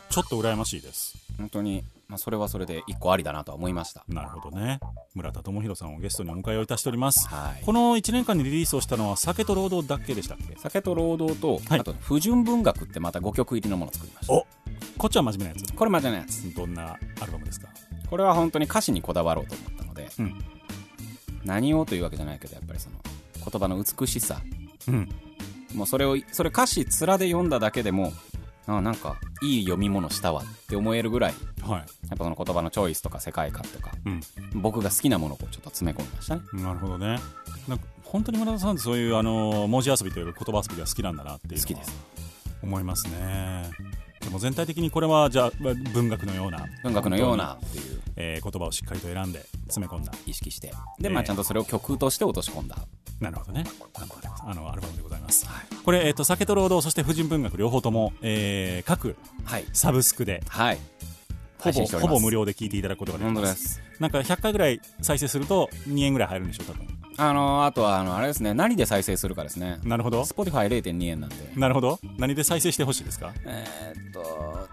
Speaker 3: ちょっと羨ましいです
Speaker 4: 本当に、まあ、それはそれで一個ありだなとは思いました
Speaker 3: なるほどね村田智弘さんをゲストにお迎えをいたしております
Speaker 4: はい
Speaker 3: この1年間にリリースをしたのは「酒と労働」だけでしたっけ
Speaker 4: 酒と労働と、
Speaker 3: はい
Speaker 4: あと不純文学ってまた5曲入りのものを作りました
Speaker 3: おこっちは真面目なやつ
Speaker 4: これまでのやつ
Speaker 3: どんなアルバムですか
Speaker 4: これは本当に歌詞にこだわろうと思ったので、
Speaker 3: うん
Speaker 4: 何をというわけじゃないけどやっぱりその言葉の美しさ
Speaker 3: うん
Speaker 4: もうそれをそれ歌詞面で読んだだけでもあなんかいい読み物したわって思えるぐらい
Speaker 3: はい
Speaker 4: やっぱその言葉のチョイスとか世界観とか
Speaker 3: うん
Speaker 4: 僕が好きなものをこうちょっと詰め込みましたね
Speaker 3: なるほどねなんか本当に村田さんってそういうあの文字遊びというか言葉遊びが好きなんだなっていうのは
Speaker 4: 好きです
Speaker 3: 思いますねでも全体的にこれはじゃあまあ文学のような
Speaker 4: 文学のようなっていう
Speaker 3: えー言葉をしっかりと選んで詰め込んだ
Speaker 4: 意識してでまあちゃんとそれを曲として落とし込んだ
Speaker 3: なるほどねあのアルバムでございます、これ、えー、と酒と労働そして婦人文学両方とも、えー各
Speaker 4: はい
Speaker 3: サブスクで
Speaker 4: はい
Speaker 3: ほ
Speaker 4: 配
Speaker 3: ぼ
Speaker 4: 信しており
Speaker 3: ほ
Speaker 4: ます
Speaker 3: ぼ無料で聴いていただくことができ
Speaker 4: 本当
Speaker 3: ま
Speaker 4: ですす
Speaker 3: なんか100回ぐらい再生すると2円ぐらい入るんでしょ多分
Speaker 4: あのーあとはあのあれですね何で再生するかですね
Speaker 3: なるほど
Speaker 4: Spotify0.2 円なんで
Speaker 3: なるほど何で再生してほしいですか
Speaker 4: えーっと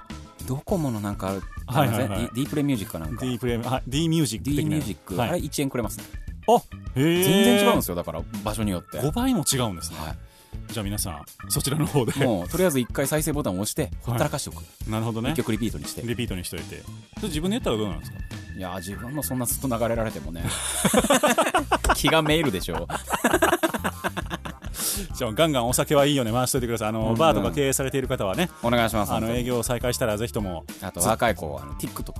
Speaker 4: ドコモのなんかある
Speaker 3: はいはいはい
Speaker 4: あのディディープレミュージックかなんか
Speaker 3: D プレミア D ミュージック
Speaker 4: D
Speaker 3: 的な
Speaker 4: ミュージック、
Speaker 3: はい、
Speaker 4: あれ1円くれますね
Speaker 3: あ全
Speaker 4: 全然違うんですすよだから場所によって
Speaker 3: 5倍も違うんですね、
Speaker 4: は
Speaker 3: じゃあ皆さんそちらの方で
Speaker 4: い、もうとりあえず1回再生ボタンを押してほったらかしておく、
Speaker 3: なるほど
Speaker 4: 一
Speaker 3: ね
Speaker 4: 曲リピートにして
Speaker 3: リピートにしといてそれ自分でやったらどうなんですか
Speaker 4: いやー自分もそんなずっと流れられてもね 気がめいるでしょ
Speaker 3: じゃあガンガンお酒はいいよね回しといてくださいあの、
Speaker 4: うん
Speaker 3: バーとか経営されている方はね
Speaker 4: うお願いします
Speaker 3: あの営
Speaker 4: 本
Speaker 3: 業を再開したらぜひとも
Speaker 4: 当にあと若い子はあの TikTok に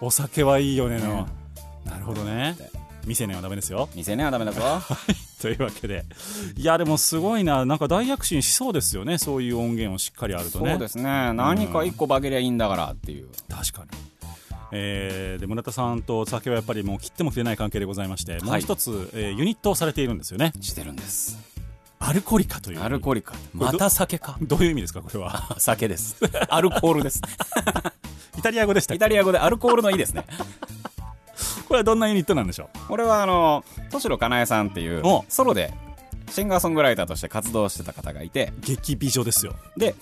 Speaker 3: お酒はいいよねの、なるほどね
Speaker 4: ね
Speaker 3: 未成年はダメですよ
Speaker 4: 未成年はダメだぞ
Speaker 3: というわけでいやでもすごいななんか大躍進しそうですよねそういう音源をしっかりあると
Speaker 4: そ
Speaker 3: ね
Speaker 4: うですね何か1個バゲりゃいいんだからっていう
Speaker 3: 確かに、えーで村田さんと酒はやっぱりもう切っても切れない関係でございまして、もう一つ、えーユニットをされているんですよね
Speaker 4: してるんです
Speaker 3: アルコリカという
Speaker 4: アルコリカ
Speaker 3: れど
Speaker 4: また酒か
Speaker 3: どういう意味ですかこれは
Speaker 4: 酒です アルコール です
Speaker 3: イタリア語でしたっ
Speaker 4: イ
Speaker 3: け
Speaker 4: タリア語でアルコールの「い」ですね
Speaker 3: これはどんなユニットなんでしょ
Speaker 4: 俺はあの敏郎かなえさんっていう
Speaker 3: お
Speaker 4: ソロでシンガーソングライターとして活動してた方がいて
Speaker 3: う激美女ですよ
Speaker 4: で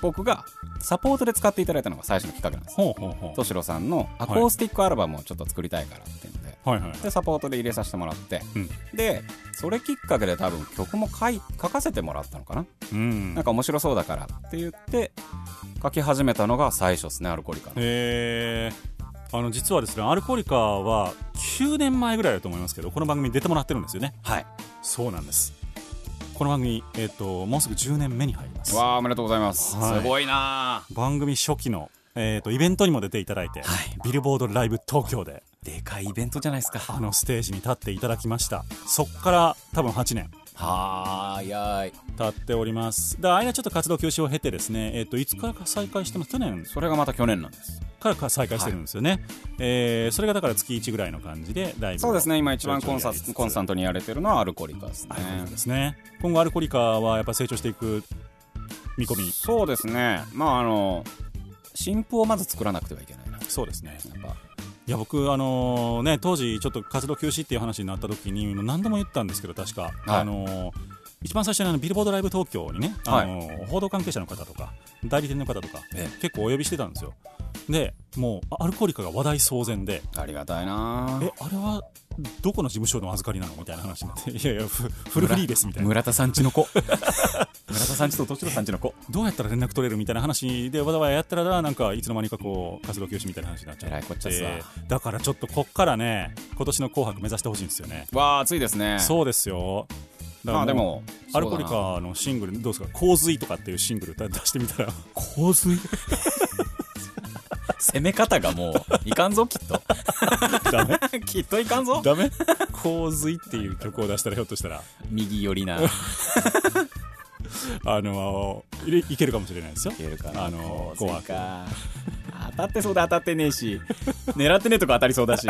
Speaker 4: 僕がサポートで使っていただいたのが最初のきっかけなんです
Speaker 3: ほうほうほ
Speaker 4: 敏郎さんのアコースティックアルバムをちょっと作りたいからっていうので
Speaker 3: うはいはいはい
Speaker 4: でサポートで入れさせてもらって、
Speaker 3: うん
Speaker 4: でそれきっかけで多分曲も書い書かせてもらったのかな、
Speaker 3: うん
Speaker 4: なんか面白そうだからって言って書き始めたのが最初ですねアルコリカの
Speaker 3: えーあの実はですねアルコリカは9年前ぐらいだと思いますけどこの番組に出てもらってるんですよね
Speaker 4: はい
Speaker 3: そうなんですこの番組、えー、ともうすぐ10年目に入ります
Speaker 4: わあおめでとうございます、
Speaker 3: はい
Speaker 4: すごいな
Speaker 3: 番組初期の、えー、とイベントにも出ていただいて、
Speaker 4: はい
Speaker 3: ビルボードライブ東京で
Speaker 4: ーでかいイベントじゃないですか
Speaker 3: あのステージに立っていただきましたそっから多分8年
Speaker 4: はーいやい
Speaker 3: 経っておりますで間ちょっと活動休止を経てですね、えー、といつからか再開してます去年
Speaker 4: それがまた去年なんです
Speaker 3: からか再開してるんですよね、えーそれがだから月1ぐらいの感じでライブを
Speaker 4: そうですね今一番
Speaker 3: ちょ
Speaker 4: コ
Speaker 3: い
Speaker 4: ン
Speaker 3: ちょ
Speaker 4: サ
Speaker 3: いやりつつ
Speaker 4: コンスタントにやれてるのはアルコリカですね
Speaker 3: ですね今後アルコリカはやっぱ成長していく見込み
Speaker 4: そうですねまああの新譜をまず作らなくてはいけないなや
Speaker 3: そうですね
Speaker 4: っぱ
Speaker 3: いや僕あのね当時ちょっと活動休止っていう話になった時にもう何度も言ったんですけど確か、
Speaker 4: はい
Speaker 3: あのー一番最初にあのビルボードライブ東京にね、あの報道関係者の方とか代理店の方とか、
Speaker 4: え
Speaker 3: 結構お呼びしてたんですよでもうあアルコリカが話題騒然で
Speaker 4: ありがたいな
Speaker 3: えあれはどこの事務所の預かりなのみたいな話になっていやいやフフルフリーですみたいな
Speaker 4: 村田さんち の子村田さんちと敏郎さんちの子
Speaker 3: どうやったら連絡取れるみたいな話でわざわざやったらなんかいつの間にかこう活動休止みたいな話になっち
Speaker 4: え
Speaker 3: ゃ
Speaker 4: ら
Speaker 3: っ
Speaker 4: いこっちゃ
Speaker 3: て
Speaker 4: さ、
Speaker 3: だからちょっとこっからね今年の「紅白」目指してほしいんですよね
Speaker 4: わあ熱いですね
Speaker 3: そうですよだ
Speaker 4: ま
Speaker 3: か
Speaker 4: あで
Speaker 3: らう
Speaker 4: も
Speaker 3: アルコリ
Speaker 4: そうだな
Speaker 3: カのシングルどうですか「洪水」とかっていうシングル 出してみたら
Speaker 4: 洪水攻め方が もういかんぞきっと
Speaker 3: ダメ
Speaker 4: きっといかんぞ
Speaker 3: ダメ「洪水」っていう曲を出したらひょっとしたら
Speaker 4: 右寄りない
Speaker 3: あのいれいけるかもしれないですよ
Speaker 4: けるかな
Speaker 3: あの
Speaker 4: 洪水
Speaker 3: 紅白
Speaker 4: か当たってそうで当たってねえし狙ってねえとこ当たりそうだ し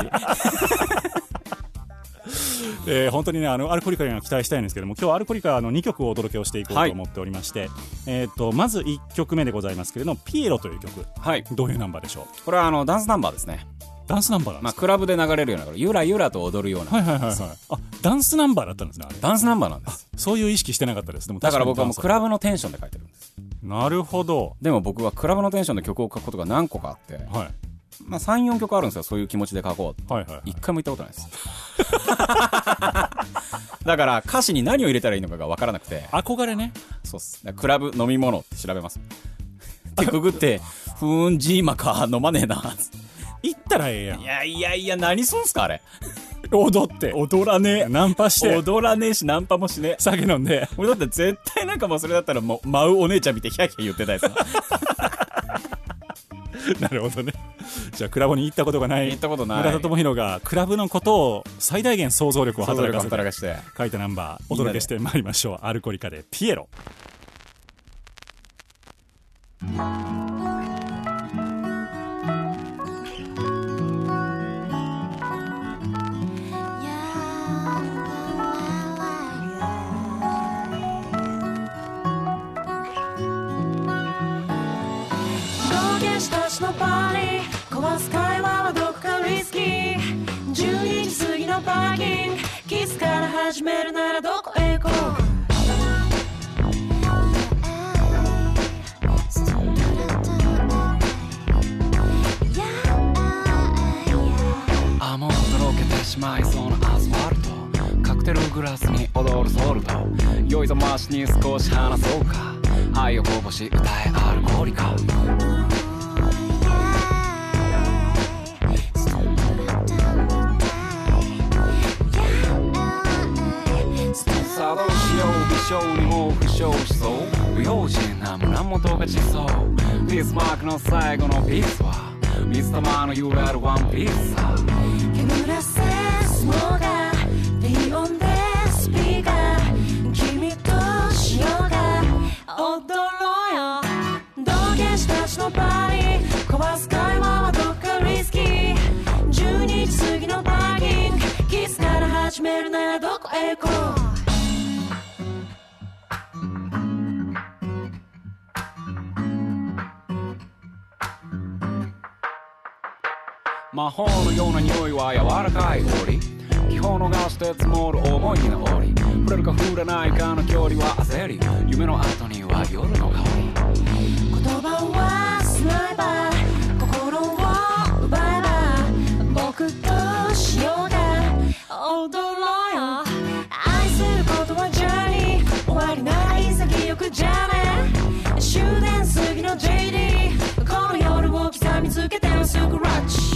Speaker 3: えー本当にねあのアルコリカには期待したいんですけども今日はアルコリカの2曲をお届けをしていこう
Speaker 4: は
Speaker 3: と
Speaker 4: い
Speaker 3: 思っておりまして、えー、とまず1曲目でございますけれども「ピエロ」という曲
Speaker 4: はい
Speaker 3: どういうナンバーでしょう
Speaker 4: これはあのダンスナンバーですね
Speaker 3: ダンスナンバーなん
Speaker 4: ま
Speaker 3: で
Speaker 4: あ
Speaker 3: すか、
Speaker 4: クラブで流れるようなこれゆらゆらと踊るような
Speaker 3: はいはいはいはいあダンスナンバーだったんですねあれ
Speaker 4: ダンスナンバーなんです
Speaker 3: そういう意識してなかったですでも
Speaker 4: だ
Speaker 3: 確
Speaker 4: から
Speaker 3: に
Speaker 4: 僕はも
Speaker 3: ダン
Speaker 4: う
Speaker 3: ス
Speaker 4: クラブのテンションで書いてるんです
Speaker 3: なるほど
Speaker 4: でも僕はクラブのテンションで曲を書くことが何個かあって、
Speaker 3: はい
Speaker 4: まあ、34曲あるんですよそういう気持ちで書こう
Speaker 3: はいはい、はい
Speaker 4: 一回も言ったことないです だから歌詞に何を入れたらいいのかが分からなくて
Speaker 3: 憧れね
Speaker 4: そうっすだからクラブ飲み物って調べますってググ って「ふーんジーマか飲まねえな」
Speaker 3: 行ったらええやん
Speaker 4: いやいやいや何すんすかあれ
Speaker 3: 踊って
Speaker 4: 踊らね
Speaker 3: ナンパして
Speaker 4: 踊らねえしナンパもしねえ
Speaker 3: 酒飲んで
Speaker 4: 俺だって絶対なんかもうそれだったらもう舞うお姉ちゃん見てヒャヒャ言ってた やつ
Speaker 3: なるほどねじゃあクラブに行ったことがない
Speaker 4: 行ったことない
Speaker 3: 村田智弘がクラブのことを最大限想像力を
Speaker 4: 想像
Speaker 3: 働
Speaker 4: 力
Speaker 3: かせて
Speaker 4: 働かして
Speaker 3: 書いたナンバーお届けしてまいりましょうアルコリカでピエロ
Speaker 5: 冒険したちのパーリー壊す会話はどこかリスキー12時過ぎのパーキングキスから始めるならどこへ行こう
Speaker 7: Yeah.
Speaker 8: あもうとろけてしまいそうなアスファルトカクテルグラスに踊るソルト酔いざましに少し話そうか愛をこぼし歌えアルコーリカ
Speaker 7: Yeah.
Speaker 8: さあどうしよう微笑にも負傷しそう不用心な胸元がちそうディスマークの最後のピースは水玉の揺れるワンピースさ
Speaker 5: 煙らせスモーが低音でスピーカー君と潮が踊ろうよ同化したちのパーリー壊す会話はどっかリスキー12時過ぎのパーキングキスから始めるならどこへ行こう
Speaker 8: 魔法のような匂いは柔らかい氷気泡を逃して積もる思いの折触れるか触れないかの距離は焦り夢の後には夜の香り
Speaker 5: 言葉を忘れば心を奪えば僕と潮が踊ろうよ愛することはジャーニー終わりなら潔くじゃね終電過ぎの JD この夜を刻みつけてるスクラッチ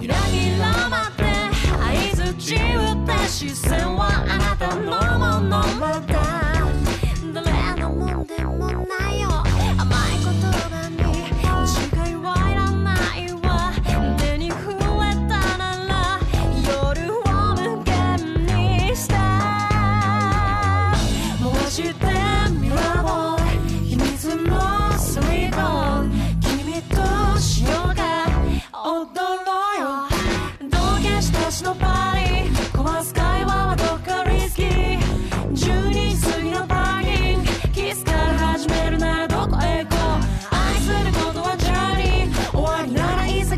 Speaker 5: 揺らぎらまって合図ち打った視線はあなたのものまだ誰のもんでもないよ甘い言葉に違いはいらないわ手に触れたなら夜を無限にした回してみろ秘密のスリーコン君と潮が踊ろうよ同化したちのパーリー壊す会話はどっかリスキー12時過ぎのパーキングキスから始めるならどこへ行こう愛することはジャーニー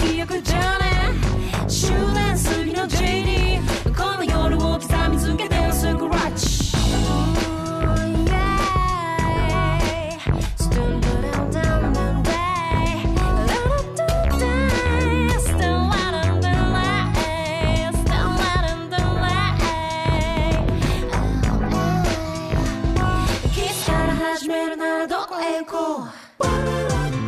Speaker 5: こう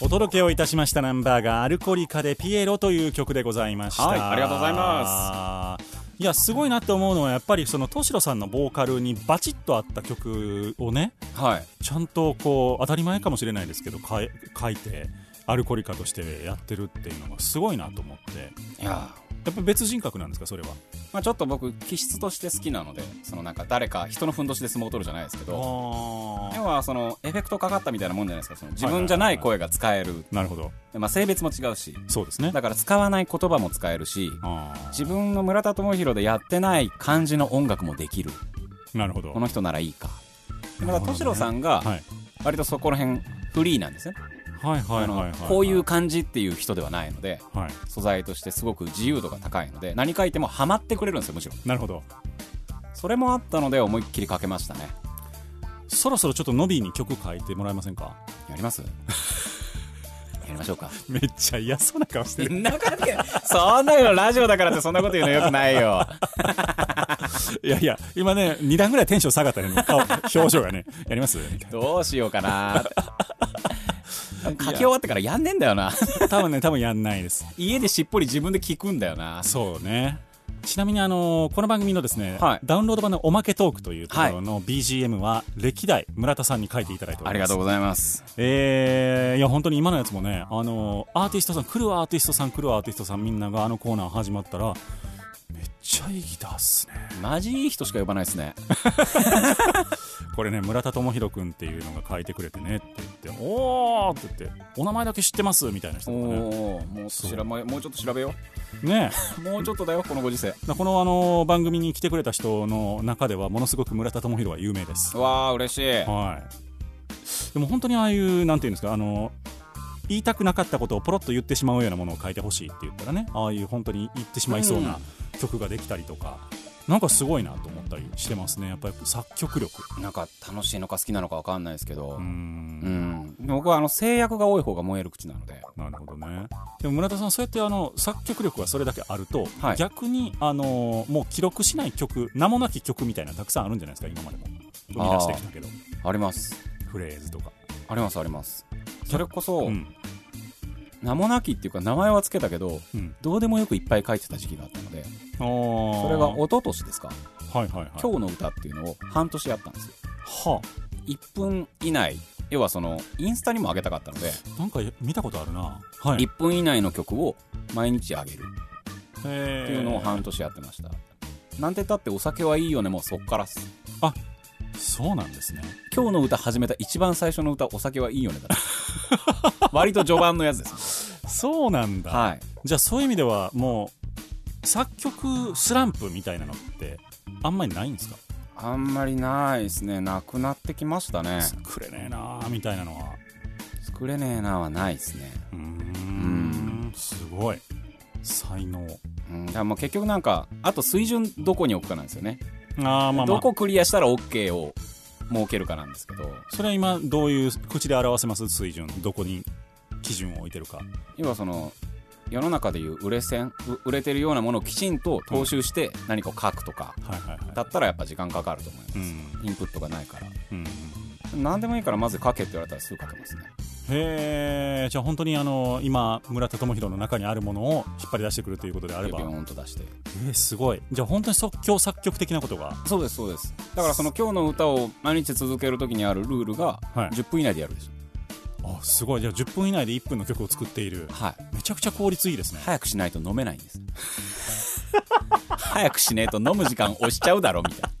Speaker 3: お届けをいたしましたナンバーが「アルコリカでピエロ」という曲でございました、
Speaker 4: はいありがとうござい
Speaker 3: ますいやすごいなって思うのはやっぱりその敏郎さんのボーカルにバチッと合った曲をね
Speaker 4: はい。
Speaker 3: ちゃんとこう当たり前かもしれないですけどかえ書いてアルコリカとしてやってるっていうのがすごいなと思ってや
Speaker 4: いや
Speaker 3: っぱ別人格なんですかそれは
Speaker 4: ーまあちょっと僕、気質として好きなので、そのなんか誰か、人のふんどしで相撲を取るじゃないですけど、要はその、エフェクトかかったみたいなもんじゃないですか。その自分じゃない声が使える。
Speaker 3: なるほど
Speaker 4: まあ性別も違うし、
Speaker 3: そうですね
Speaker 4: だから使わない言葉も使えるし、
Speaker 3: あ
Speaker 4: 自分の村田智弘でやってない感じの音楽もできる。
Speaker 3: ーなるほど
Speaker 4: この人ならいいか。だから、
Speaker 3: なるほどね
Speaker 4: 敏郎さんが、
Speaker 3: はい、
Speaker 4: 割とそこら辺、フリーなんですね。
Speaker 3: はいはい
Speaker 4: あの
Speaker 3: はいはい
Speaker 4: こういう感じっていう人ではないので、
Speaker 3: はい
Speaker 4: 素材としてすごく自由度が高いので何書いてもハマってくれるんですよむしろ
Speaker 3: なるほど
Speaker 4: それもあったので思いっきり書けましたね
Speaker 3: そろそろちょっとノビーに曲書いてもらえませんか
Speaker 4: やります やりましょうか
Speaker 3: めっちゃ嫌そうな顔してる
Speaker 4: なかそんなのラジオだからってそんなこと言うのよくないよ
Speaker 3: いやいや今ね2段ぐらいテンション下がったね顔表情がねやりますみたい
Speaker 4: どうしようかな 書き終わってからやんねえんだよな
Speaker 3: な多分ね多分やんないです
Speaker 4: 家でしっぽり自分で聞くんだよな
Speaker 3: そうねちなみにあのこの番組のですね、
Speaker 4: はい
Speaker 3: ダウンロード版の「おまけトーク」というところの BGM は歴代村田さんに書いていただいてお
Speaker 4: あ
Speaker 3: り
Speaker 4: り
Speaker 3: ま
Speaker 4: が
Speaker 3: す
Speaker 4: とうございます
Speaker 3: えーいや本当に今のやつもねあのアーティストさん来るアーティストさん来るアーティストさんみんながあのコーナー始まったらめっちゃいいギターっすね
Speaker 4: マジいい人しか呼ばないですね
Speaker 3: これね村田智弘君っていうのが書いてくれてねって言って「おー!」って言って「お名前だけ知ってます」みたいな人
Speaker 4: お
Speaker 3: がね
Speaker 4: おーもうそちらももうちょっと調べよ
Speaker 3: ね
Speaker 4: う もうちょっとだよこのご時世
Speaker 3: えこのあの番組に来てくれた人の中ではものすごく村田智弘は有名です
Speaker 4: うわあ嬉しい
Speaker 3: はいでも本当にああいうなんていうんですかあの言いたくなかったことをポロッと言ってしまうようなものを書いてほしいって言ったらねああいう本当に言ってしまいそうな曲ができたりとか、なんかすごいなと思ったりしてますねやっぱり作曲力
Speaker 4: なんか楽しいのか好きなのか分かんないですけ
Speaker 3: う
Speaker 4: ど、
Speaker 3: ー
Speaker 4: うん
Speaker 3: ん
Speaker 4: 僕はあの制約が多い方が燃える口なので
Speaker 3: なるほどねでも村田さんそうやってあの作曲力がそれだけあると、
Speaker 4: はい
Speaker 3: 逆に、あのーもう記録しない曲名もなき曲みたいなのたくさんあるんじゃないですか今までも生み出してきたけど
Speaker 4: あります
Speaker 3: フレーズとか、
Speaker 4: ありますありますそれこそ、
Speaker 3: うん
Speaker 4: 名もなきっていうか名前は付けたけど
Speaker 3: うん、
Speaker 4: どうでもよくいっぱい書いてた時期があったのでそ
Speaker 3: そ
Speaker 4: れが一昨年ですか
Speaker 3: はいはいはい
Speaker 4: 「今日の歌」っていうのを半年やったんですよ
Speaker 3: は
Speaker 4: 1分以内要はそのインスタにも上げたかったので、
Speaker 3: あなんか見たことあるなはい
Speaker 4: 1分以内の曲を毎日上げる
Speaker 3: て
Speaker 4: っていうのを半年やってました、なんてったってお酒はいいよねもうそっからっす
Speaker 3: そうなんですね
Speaker 4: 今日の歌始めた一番最初の歌「お酒はいいよね」だ った割と序盤のやつです
Speaker 3: そうなんだ、
Speaker 4: はい
Speaker 3: じゃあそういう意味ではもう作曲スランプみたいなのってあんまりないんですか
Speaker 4: あんまりないですねなくなってきましたね
Speaker 3: 作れねえなーみたいなのは
Speaker 4: 作れねえなはないですね
Speaker 3: うーんすごい才能
Speaker 4: うんだからもう結局なんかあと水準どこに置くかなんですよね、
Speaker 3: ああまあま
Speaker 4: ど
Speaker 3: あ
Speaker 4: こクリアしたら OK を設けるかなんですけど
Speaker 3: それは今どういう口で表せます水準どこに基準を置いてるか
Speaker 4: 要はその世の中でいう売れ線う売れてるようなものをきちんと踏襲して何かを書くとか
Speaker 3: はいはいはい
Speaker 4: だったらやっぱ時間かかると思いま
Speaker 3: う
Speaker 4: す、
Speaker 3: ん
Speaker 4: インプットがないから
Speaker 3: うんうん
Speaker 4: 何でもいいからまず書けって言われたらすぐ書けますね
Speaker 3: へえじゃあ本当にあの今村田智弘の中にあるものを引っ張り出してくるということであれ
Speaker 4: ビ
Speaker 3: ば
Speaker 4: ョーンと出して
Speaker 3: えーすごいじゃあ本当に即興作曲的なことが
Speaker 4: そうですそうですだからその今日の歌を毎日続けるときにあるルールが
Speaker 3: はい
Speaker 4: 10分以内でやるでし
Speaker 3: あすごいじゃあ10分以内で1分の曲を作っている
Speaker 4: ょはい
Speaker 3: めちゃくちゃ効率いいですね
Speaker 4: 早くしないと飲めないんです 早くしねえと飲む時間押しちゃうだろみたい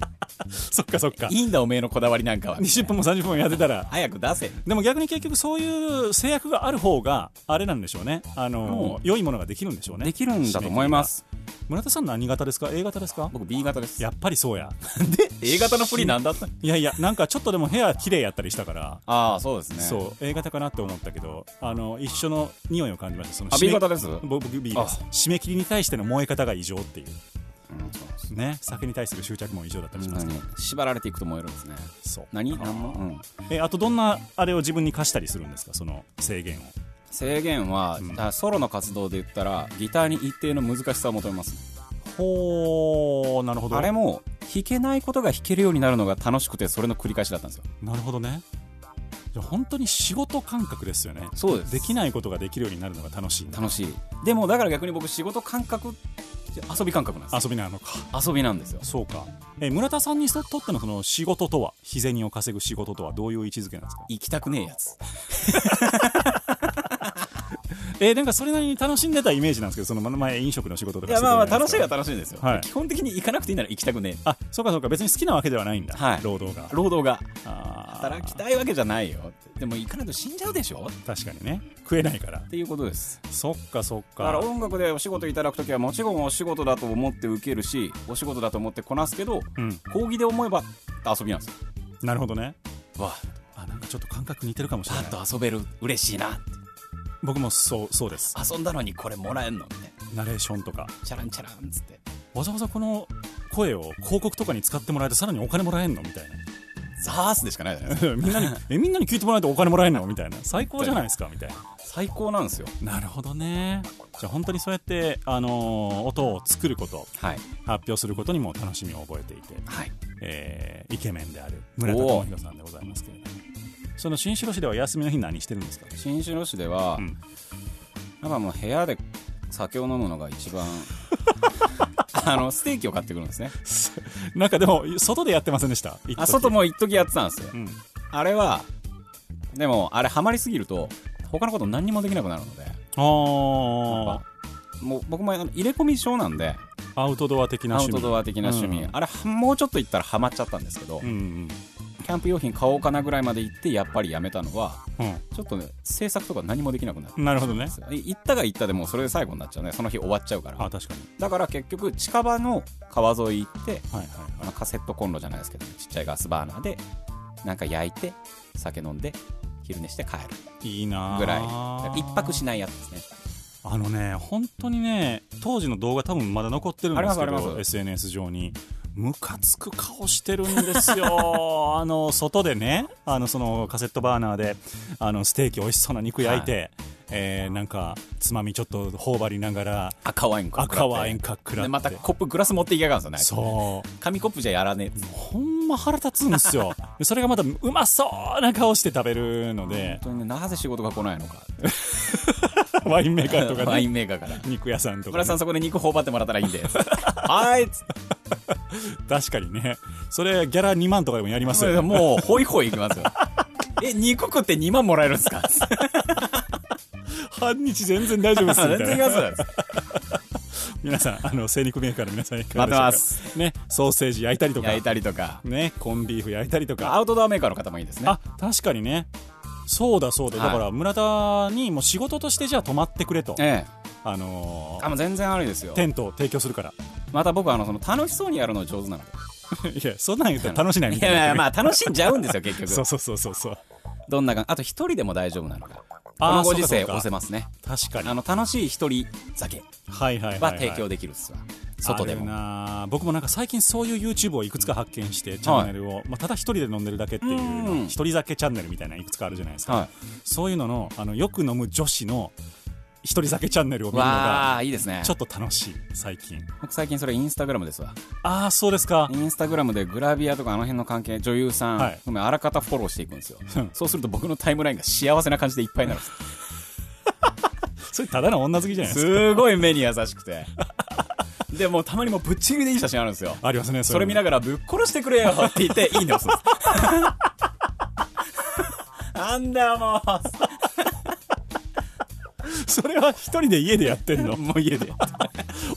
Speaker 3: そっかそっか
Speaker 4: ないいんだおめえのこだわりなんかはみた
Speaker 3: 20
Speaker 4: いな
Speaker 3: 分も30分もやってたら
Speaker 4: 早く出せ
Speaker 3: でも逆に結局そういう制約がある方があれなんでしょうねあの
Speaker 4: うん
Speaker 3: 良いものができるんでしょうね
Speaker 4: できるんだと思います
Speaker 3: 村田さん何型ですか A 型ですか
Speaker 4: 僕 B 型です
Speaker 3: やっぱりそうや
Speaker 4: で A 型のフリなんだった
Speaker 3: いやいやなんかちょっとでも部屋綺麗やったりしたから
Speaker 4: ああそうですね
Speaker 3: そう A 型かなって思ったけどあの一緒の匂いを感じましたその
Speaker 4: あ
Speaker 3: 締め
Speaker 4: B 型ですうん
Speaker 3: 僕 B です締め切りに対しての燃え方が異常っていう
Speaker 4: そうなんです
Speaker 3: ね、酒に対する執着も異常だったりします、
Speaker 4: に縛られていくと思えるんですね
Speaker 3: そう
Speaker 4: 何何の、うん、
Speaker 3: えあとどんなあれを自分に課したりするんですかその制限を
Speaker 4: 制限は、
Speaker 3: うん
Speaker 4: あソロの活動で言ったらギターに一定の難しさを求めます
Speaker 3: ほーなるほど
Speaker 4: あれも弾けないことが弾けるようになるのが楽しくてそれの繰り返しだったんですよ
Speaker 3: なるほどねじゃあ本当に仕事感覚ですよね
Speaker 4: そうで
Speaker 3: できないことができるようになるのが楽しい
Speaker 4: 楽しいでもだから逆に僕仕事感覚遊び感覚なんです
Speaker 3: 遊びなのか
Speaker 4: 遊びなんですよ
Speaker 3: そうかえ村田さんにとってのその仕事とは日銭を稼ぐ仕事とはどういう位置づけなんですか
Speaker 4: 行きたくねえやつ
Speaker 3: えなんかそれなりに楽しんでたイメージなんですけどその前飲食の仕事と
Speaker 4: い
Speaker 3: か
Speaker 4: やまあまあ
Speaker 3: してたじゃなです
Speaker 4: 楽しい
Speaker 3: か
Speaker 4: は楽しいんですよ、
Speaker 3: はい
Speaker 4: 基本的に行かなくていいなら行きたくねえ
Speaker 3: あそうかそうか別に好きなわけではないんだ、
Speaker 4: はい
Speaker 3: 労働が
Speaker 4: 労働が
Speaker 3: あー
Speaker 4: 働きたいわけじゃないよってでも行かないと死んじゃうでしょっ
Speaker 3: 確かにね食えないから
Speaker 4: ていうことです
Speaker 3: そっかそっ
Speaker 4: だから
Speaker 3: か
Speaker 4: 音楽でお仕事いただくときはもちろんお仕事だと思って受けるしお仕事だと思ってこなすけど
Speaker 3: うん
Speaker 4: 講義で思えば遊びなんですよ
Speaker 3: なるほどね
Speaker 4: わ
Speaker 3: あなんかちょっと感覚似てるかもしれない
Speaker 4: と遊べる嬉しいな
Speaker 3: 僕もそうそうです
Speaker 4: 遊んだのにこれもらえんのみたい
Speaker 3: ナレーションとか
Speaker 4: なチャランチャランっつって
Speaker 3: わざわざこの声を広告とかに使ってもらえてさらにお金もらえんのみたい
Speaker 4: ザースでしかないじゃない です
Speaker 3: な
Speaker 4: か
Speaker 3: みんなにえみんなに聞いてもらえてお金もらえんのみたいな最高じゃないですかみたいな
Speaker 4: 最高なんですよ
Speaker 3: なるほどねじゃあ本当にそうやって、あのー音を作ること
Speaker 4: はい
Speaker 3: 発表することにも楽しみを覚えていて、
Speaker 4: はい
Speaker 3: えーイケメンである村田智弘さんでございますけれどもその新城市では休みの日何してるんですか
Speaker 4: 新城市では、
Speaker 3: うん
Speaker 4: やっぱもう部屋で酒を飲むの が一番あのステーキを買ってくるんですね
Speaker 3: なんかでも外でやってませんでした一時
Speaker 4: あ外も一時やってたんですよ、
Speaker 3: うん
Speaker 4: あれはでもあれハマりすぎると他のこと何にもできなくなるので
Speaker 3: あ
Speaker 4: もう僕もあの入れ込み症なんで
Speaker 3: あアウトドア的な
Speaker 4: アウ
Speaker 3: 趣味
Speaker 4: トドア的な趣味、
Speaker 3: うん
Speaker 4: あれはもうちょっと行ったらハマっちゃったんですけど、
Speaker 3: うんうん
Speaker 4: キャンプ用品買おうかなぐらいまで行ってやっぱりやめたのは
Speaker 3: う
Speaker 4: ちょっとね制作とか何もできなくなって
Speaker 3: ん、なるほどね
Speaker 4: ますい行ったが行ったでもうそれで最後になっちゃうねその日終わっちゃうから
Speaker 3: あ確かに
Speaker 4: だから結局近場の川沿い行って、
Speaker 3: はいはい
Speaker 4: まあカセットコンロじゃないですけどちっちゃいガスバーナーでなんか焼いて酒飲んで昼寝して帰る
Speaker 3: はいいいなあ
Speaker 4: ぐらいだから一泊しないやつですね
Speaker 3: あのね本当にね当時の動画多分まだ残ってるんです
Speaker 4: あ
Speaker 3: け
Speaker 4: りますありま
Speaker 3: ど
Speaker 4: す
Speaker 3: SNS 上にムカつく顔してるんです よあの外でねあのそのカセットバーナーであのステーキ美味しそうな肉焼いて、えーなんかつまみちょっと頬張りながら
Speaker 4: 赤ワインか
Speaker 3: 赤ワインかっくらって
Speaker 4: でまたコップグラス持っていきやがるんですよね
Speaker 3: そう
Speaker 4: 紙コップじゃやらねえ
Speaker 3: ほんま腹立つんです よでそれがまたうまそうな顔して食べるので
Speaker 4: 本当にねなぜ仕事が来ないのか
Speaker 3: ワインメーカーとか
Speaker 4: ワイ
Speaker 3: ね
Speaker 4: ンメーカーから
Speaker 3: 肉屋さんとか、
Speaker 4: 村
Speaker 3: ね
Speaker 4: さ、んそこで肉頬張ってもらったらいいん ではーいっつって
Speaker 3: 確かにねそれギャラ2万とかでもやりますよ、ね、
Speaker 4: もうホイホイいきますよ え肉食って2万もらえるんですか
Speaker 3: 半日全然大丈夫ですみた
Speaker 4: 全
Speaker 3: いな
Speaker 4: 然いきますよ
Speaker 3: 皆さんあの精肉メーカーの皆さんいかが
Speaker 4: 待
Speaker 3: で
Speaker 4: っ
Speaker 3: してょうか
Speaker 4: ます
Speaker 3: ね ソーセージ焼いたりとか
Speaker 4: 焼いたりとか
Speaker 3: ねコンビーフ焼いたりとか
Speaker 4: アウトドアメーカーの方もいいですね
Speaker 3: あ確かにねそうだそうだ、
Speaker 4: はい
Speaker 3: だから村田にもう仕事としてじゃあ泊まってくれと、
Speaker 4: ええ
Speaker 3: あのー
Speaker 4: あもう全然ありですよ
Speaker 3: テントを提供するから
Speaker 4: また僕あのその楽しそうにやるの上手なので
Speaker 3: いやそんなん言ったら楽しないみ
Speaker 4: い
Speaker 3: たい
Speaker 4: や
Speaker 3: ない
Speaker 4: やまあ楽しんじゃうんですよ結
Speaker 3: そう
Speaker 4: 局
Speaker 3: そうそうそうそう
Speaker 4: どんなかあと一人でも大丈夫なのかこ
Speaker 3: あー
Speaker 4: のご時
Speaker 3: そう
Speaker 4: 世
Speaker 3: かそうか
Speaker 4: 押せますね
Speaker 3: 確かに
Speaker 4: あの楽しい一人酒
Speaker 3: はいはいはい、は、
Speaker 4: はい提供できるっすわ外で
Speaker 3: ある
Speaker 4: も
Speaker 3: なあ僕もなんか最近そういう YouTube をいくつか発見してチャンネルを、まあ、ただ一人で飲んでるだけっていうの
Speaker 4: うん
Speaker 3: 一人酒チャンネルみたいないくつかあるじゃないですか、
Speaker 4: は
Speaker 3: そういうののあのよく飲む女子の一人酒チャンネルを見
Speaker 4: い
Speaker 3: るの
Speaker 4: わ
Speaker 3: が
Speaker 4: あいいですね
Speaker 3: ちょっと楽しい最近
Speaker 4: 僕最近それインスタグラムですわ
Speaker 3: ああそうですか
Speaker 4: インスタグラムでグラビアとかあの辺の関係女優さん、
Speaker 3: はい
Speaker 4: ごめんあらかたフォローしていくんですよ
Speaker 3: うん
Speaker 4: そうすると僕のタイムラインが幸せな感じでいっぱいになるんで
Speaker 3: それただの女好きじゃない
Speaker 4: す
Speaker 3: ですか
Speaker 4: すごい目に優しくて でもうたまにもうぶっちぎりでいい写真あるんですよ
Speaker 3: ありますね
Speaker 4: それ見な
Speaker 3: が
Speaker 4: がらぶっ殺してくれよって言っていいね押すんですなんだよも
Speaker 3: らそれは一人で家でやってん のもう家で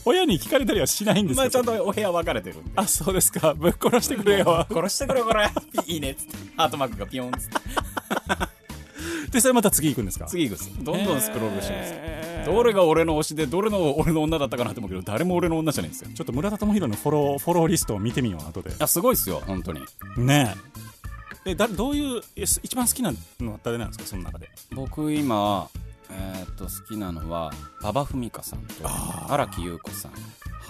Speaker 3: 親に聞かれたりはしないんで
Speaker 4: う
Speaker 3: す
Speaker 4: ま
Speaker 3: か
Speaker 4: あちゃんとお部屋分かれてるんで
Speaker 3: あそうですかぶっ殺してくれよ
Speaker 4: 殺してくれこれいいねっつってハートマークがピヨンっつって
Speaker 3: でそれまた次行くんですか
Speaker 4: 次いくっすどんどんスクロールしてますどれが俺の推しでどれの俺の女だったかなと思うけど誰も俺の女じゃないんですよ
Speaker 3: ちょっと村田智弘のフォローフォローリストを見てみよう後で
Speaker 4: あすごいっすよ本当に
Speaker 3: ねええだどういうえす一番好きなのは誰なんですかその中で
Speaker 4: 僕今えーっと好きなのは馬場ミカさんと荒木優子さん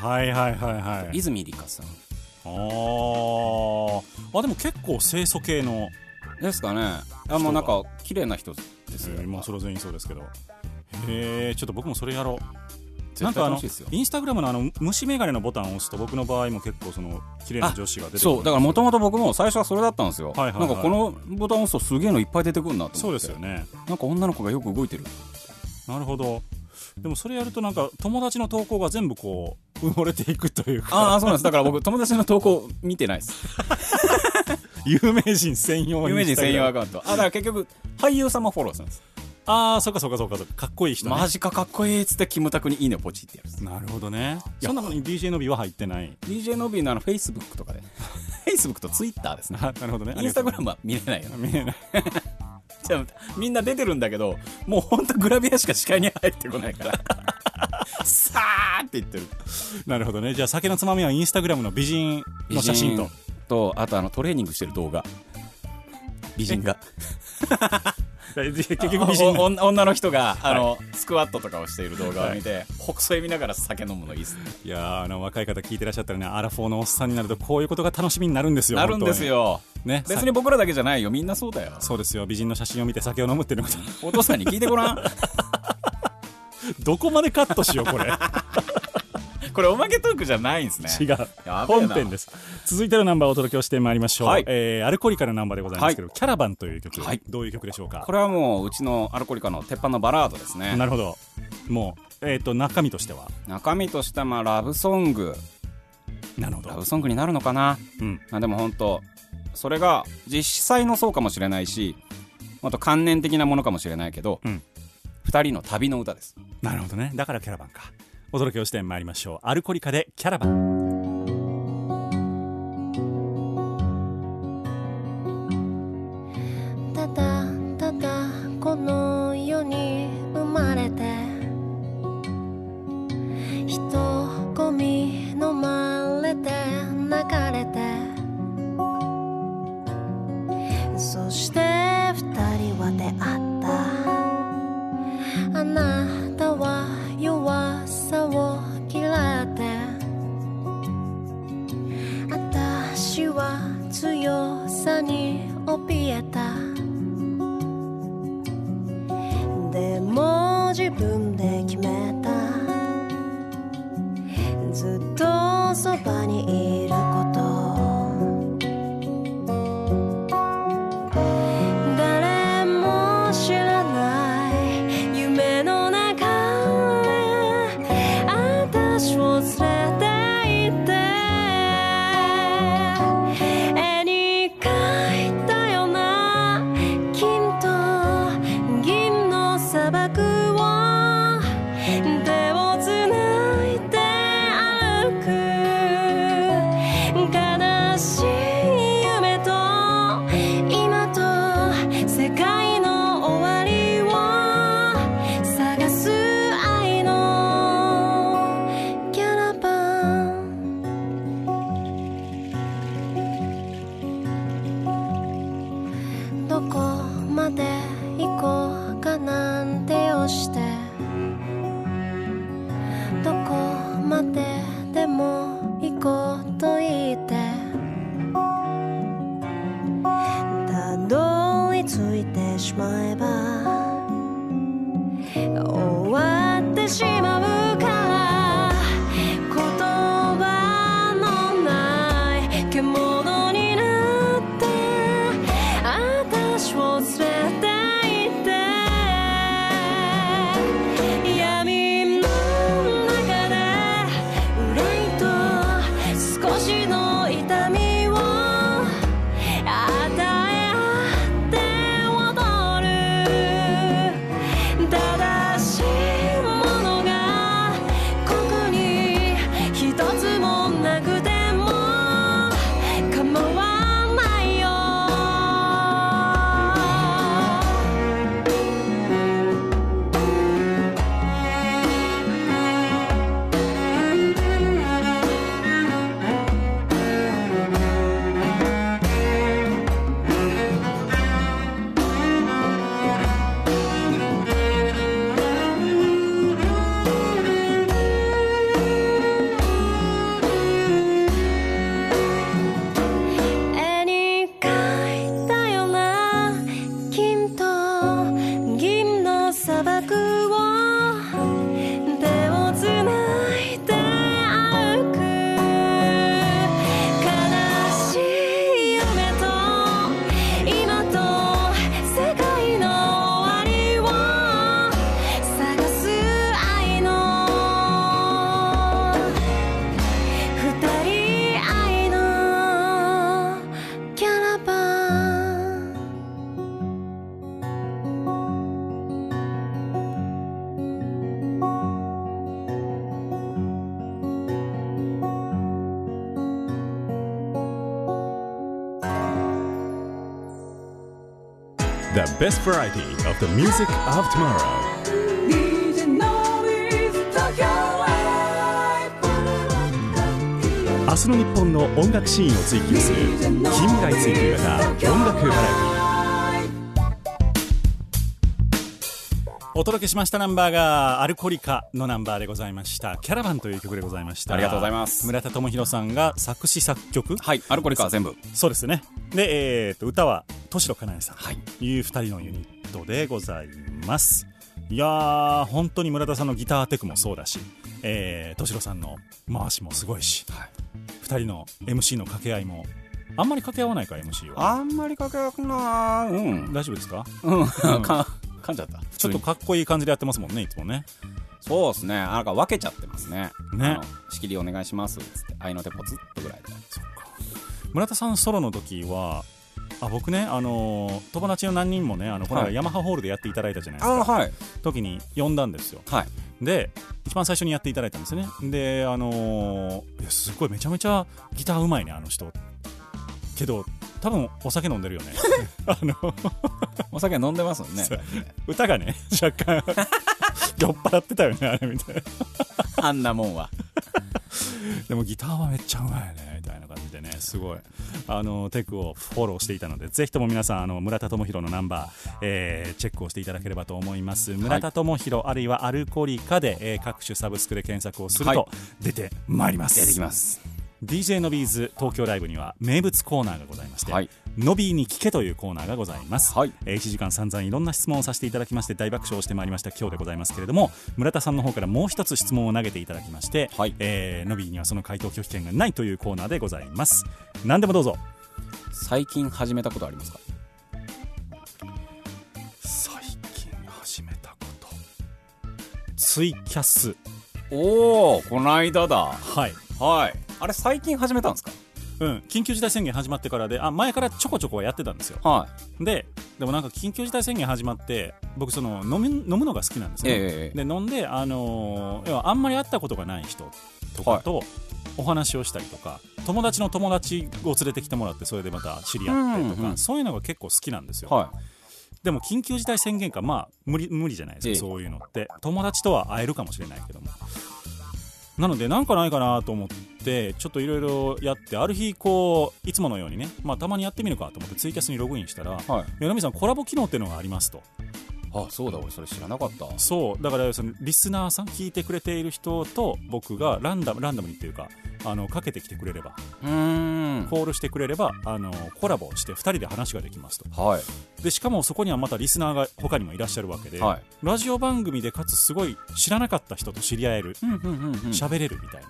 Speaker 3: はいはいはいはい
Speaker 4: 泉里香さん
Speaker 3: あーあでも結構清楚系の、
Speaker 4: ですかねあもうなんか綺麗な人です
Speaker 3: え
Speaker 4: よ、
Speaker 3: ーまあそれは全員そうですけどへえちょっと僕もそれやろうな
Speaker 4: 絶
Speaker 3: んか
Speaker 4: 対
Speaker 3: あの
Speaker 4: 楽しいですよ
Speaker 3: インスタグラムのあの虫眼鏡のボタンを押すと僕の場合も結構その綺麗な女子が出てくる
Speaker 4: そうだからもともと僕も最初はそれだったんですよ、
Speaker 3: はいはいはい
Speaker 4: なんかこのボタン押すとすげえのいっぱい出てくるなと思って
Speaker 3: そうですよね
Speaker 4: なんか女の子がよく動いてる
Speaker 3: なるほどでもそれやるとなんか友達の投稿が全部こう埋もれていくというか
Speaker 4: ああそうなんですだから僕友達の投稿見てないです
Speaker 3: 有名人専用
Speaker 4: 有名人専用ア
Speaker 3: が
Speaker 4: カウントあだから結局俳優さんもフォローするんです
Speaker 3: ああそうかそうかそうかそうかかっこいい人、ね、
Speaker 4: マジかかっこいいっつってキムタクにいいねポチってやるんです
Speaker 3: なるほどねそんなのに DJ のびは入ってない
Speaker 4: DJ のびのあのフェイスブックとか でフェイスブックとツイッターですね
Speaker 3: あなるほ どね
Speaker 4: インスタグラムは見れないよね
Speaker 3: 見えない
Speaker 4: じゃあみんな出てるんだけどもうほんとグラビアしか視界に入ってこないからさーって言ってる
Speaker 3: なるほどねじゃあ酒のつまみはインスタグラムの美人の写真と
Speaker 4: とあとあのトレーニングしてる動画美人が
Speaker 3: 結
Speaker 4: 結
Speaker 3: 局
Speaker 4: 局
Speaker 3: 美
Speaker 4: 美人
Speaker 3: 人
Speaker 4: おお女の人があの、スクワットとかをしている動画を見て、北斎見ながら酒飲むのいいっすね
Speaker 3: いやーあの若い方聞いてらっしゃったらねアラフォーのおっさんになるとこういうことが楽しみになるんですよ
Speaker 4: なるんですよ
Speaker 3: 本当にね
Speaker 4: 別
Speaker 3: 別
Speaker 4: に
Speaker 3: に
Speaker 4: 僕らだけじゃないよみんなそうだよ
Speaker 3: そうですよ美人の写真を見て酒を飲むっていうのが
Speaker 4: お父さんに聞いてごらん
Speaker 3: どこまでカットしようこ れ
Speaker 4: これおまけトークじゃないんですね
Speaker 3: 違う
Speaker 4: やべえ
Speaker 3: 本
Speaker 4: な
Speaker 3: 編です続いてのナンバーをお届けをしてまいりましょう、
Speaker 4: はい
Speaker 3: えーアルコリカのナンバーでございますけど、キャラバンという曲、
Speaker 4: はい
Speaker 3: どういう曲でしょうか
Speaker 4: これはもううちのアルコリカの鉄板のバラードですね
Speaker 3: なるほどもう、えー、と中身としては
Speaker 4: 中身としてはまあラブソング
Speaker 3: なるほ
Speaker 4: ラ
Speaker 3: ど
Speaker 4: ブ、ソングになるのかな
Speaker 3: うん、
Speaker 4: まあでも本当それが実際のそうかもしれないしあと観念的なものかもしれないけど、
Speaker 3: う
Speaker 4: 二
Speaker 3: ん
Speaker 4: 人の旅の歌です
Speaker 3: なるほどねだからキャラバンかお届けをしてまいりましょうアルコリカでキャラバン
Speaker 5: ただただこの世に生まれて人混み飲まれて泣かれてそして二人は出会ったあなたは弱さを嫌って私は強さに怯えたでも自分で決めたずっとそばにいること誰も知らない夢の中へ私を連れて行って絵に描いたような金と銀の砂漠を手をつないで歩く悲しい夢と今と世界の終わりを探す愛のキャラバンどこまで行こうかなんてをしてどこまででも行こうと言ってたどり着いてしまえば終わってしまうから言葉のない獣になって私を連れて行って闇の中で憂いと少しの痛みを与え合って踊る
Speaker 2: The best variety of the music of tomorrow.
Speaker 5: Tokyo
Speaker 2: 明日の日本の音楽シーンを追求する近未来追求型音楽バラエティ
Speaker 3: お届けしましたナンバーが「アルコリカ」のナンバーでございました「キャラバン」という曲でございました
Speaker 4: ありがとうございます
Speaker 3: 村田智博さんが作詞作曲
Speaker 4: はい、アルコリカは全部。
Speaker 3: そうですねで、えー、と歌はとしろかなえさん
Speaker 4: はい。
Speaker 3: という2人のユニットでございますいやー本当に村田さんのギターテクもそうだしえーとしろさんの回しもすごいし、
Speaker 4: はい
Speaker 3: 二2人の MC の掛け合いもあんまり掛け合わないか MC は
Speaker 4: あんまりかけなくなうん。
Speaker 3: 大丈夫ですか
Speaker 4: うん。か、噛んじゃった。
Speaker 3: ちょっと
Speaker 4: 普通に
Speaker 3: かっこいい感じでやってますもんねいつもね
Speaker 4: そうですね。なんか分けちゃってますね。
Speaker 3: ね
Speaker 4: あの仕切りお願いします。つって。愛の手ポツっとぐらいで。
Speaker 3: 村田さんソロの時はあ僕ね、あのー友達の何人もねあのこの間
Speaker 4: はい
Speaker 3: ヤマハホールでやっていただいたじゃないです
Speaker 4: あ
Speaker 3: か、
Speaker 4: あ、はい。
Speaker 3: 時に呼んだんですよ
Speaker 4: はい。
Speaker 3: で一番最初にやっていただいたんですねであのーいやすごいめちゃめちゃギターうまいねあの人けど多分お酒飲んでる よねあの
Speaker 4: お酒飲んでますもんね。
Speaker 3: 歌がね若干 酔っ払ってたよねあれみたいな
Speaker 4: あんなもんは。
Speaker 3: でもギターはめっちゃうまいよねみたいな感じでねすごいあのテクをフォローしていたのでぜひとも皆さんあの村田智弘のナンバー、えーチェックをしていただければと思います村田智弘、あるいはアルコリカで、えー各種サブスクで検索をすると、
Speaker 4: は
Speaker 3: 出てまいります
Speaker 4: 出てきます。
Speaker 3: DJ のビーズ東京ライブには名物コーナーがございまして、
Speaker 4: はい
Speaker 3: のびーに聞けというコーナーがございます、
Speaker 4: はい
Speaker 3: えー1時間散々いろんな質問をさせていただきまして大爆笑をしてまいりました今日でございますけれども村田さんの方からもう一つ質問を投げていただきまして、
Speaker 4: はい
Speaker 3: えーのびーにはその回答拒否権がないというコーナーでございます何でもどうぞ
Speaker 4: 最近始めたことありますか
Speaker 3: 最近始めたことツイキャス
Speaker 4: おお、こないだだ。
Speaker 3: はい
Speaker 4: はい。あれ、最近始めたんですか
Speaker 3: うん、緊急事態宣言始まってからであ前からちょこちょこはやってたんですよ
Speaker 4: は
Speaker 3: ででもなんか緊急事態宣言始まって僕その飲み飲むのが好きなんです
Speaker 4: い。
Speaker 3: ね、
Speaker 4: ええ
Speaker 3: で飲んで、あのー要はあんまり会ったことがない人とかとお話をしたりとか、友達の友達を連れてきてもらってそれでまた知り合ってとか、
Speaker 4: うんうん
Speaker 3: そういうのが結構好きなんですよ、
Speaker 4: は
Speaker 3: でも緊急事態宣言下まあ無理無理じゃないですか、
Speaker 4: ええ
Speaker 3: そういうのって友達とは会えるかもしれないけどもなのでなんかないかなと思ってちょっといろいろやってある日こういつものようにね、まあ、たまにやってみるかと思ってツイキャスにログインしたら
Speaker 4: い。はい。
Speaker 3: 「米みさんコラボ機能っていうのがあります」と。
Speaker 4: あ、そうだ、俺それ知らなかった。
Speaker 3: そうだからそのリスナーさん聞いてくれている人と僕がランダムランダムにっていうかあのかけてきてくれれば
Speaker 4: うーん。
Speaker 3: コールしてくれればあのコラボをして2人で話ができますと
Speaker 4: はい。
Speaker 3: でしかもそこにはまたリスナーが他にもいらっしゃるわけで、
Speaker 4: はい。
Speaker 3: ラジオ番組でかつすごい知らなかった人と知り合える
Speaker 4: うんうんうんうん
Speaker 3: 喋、れるみたいな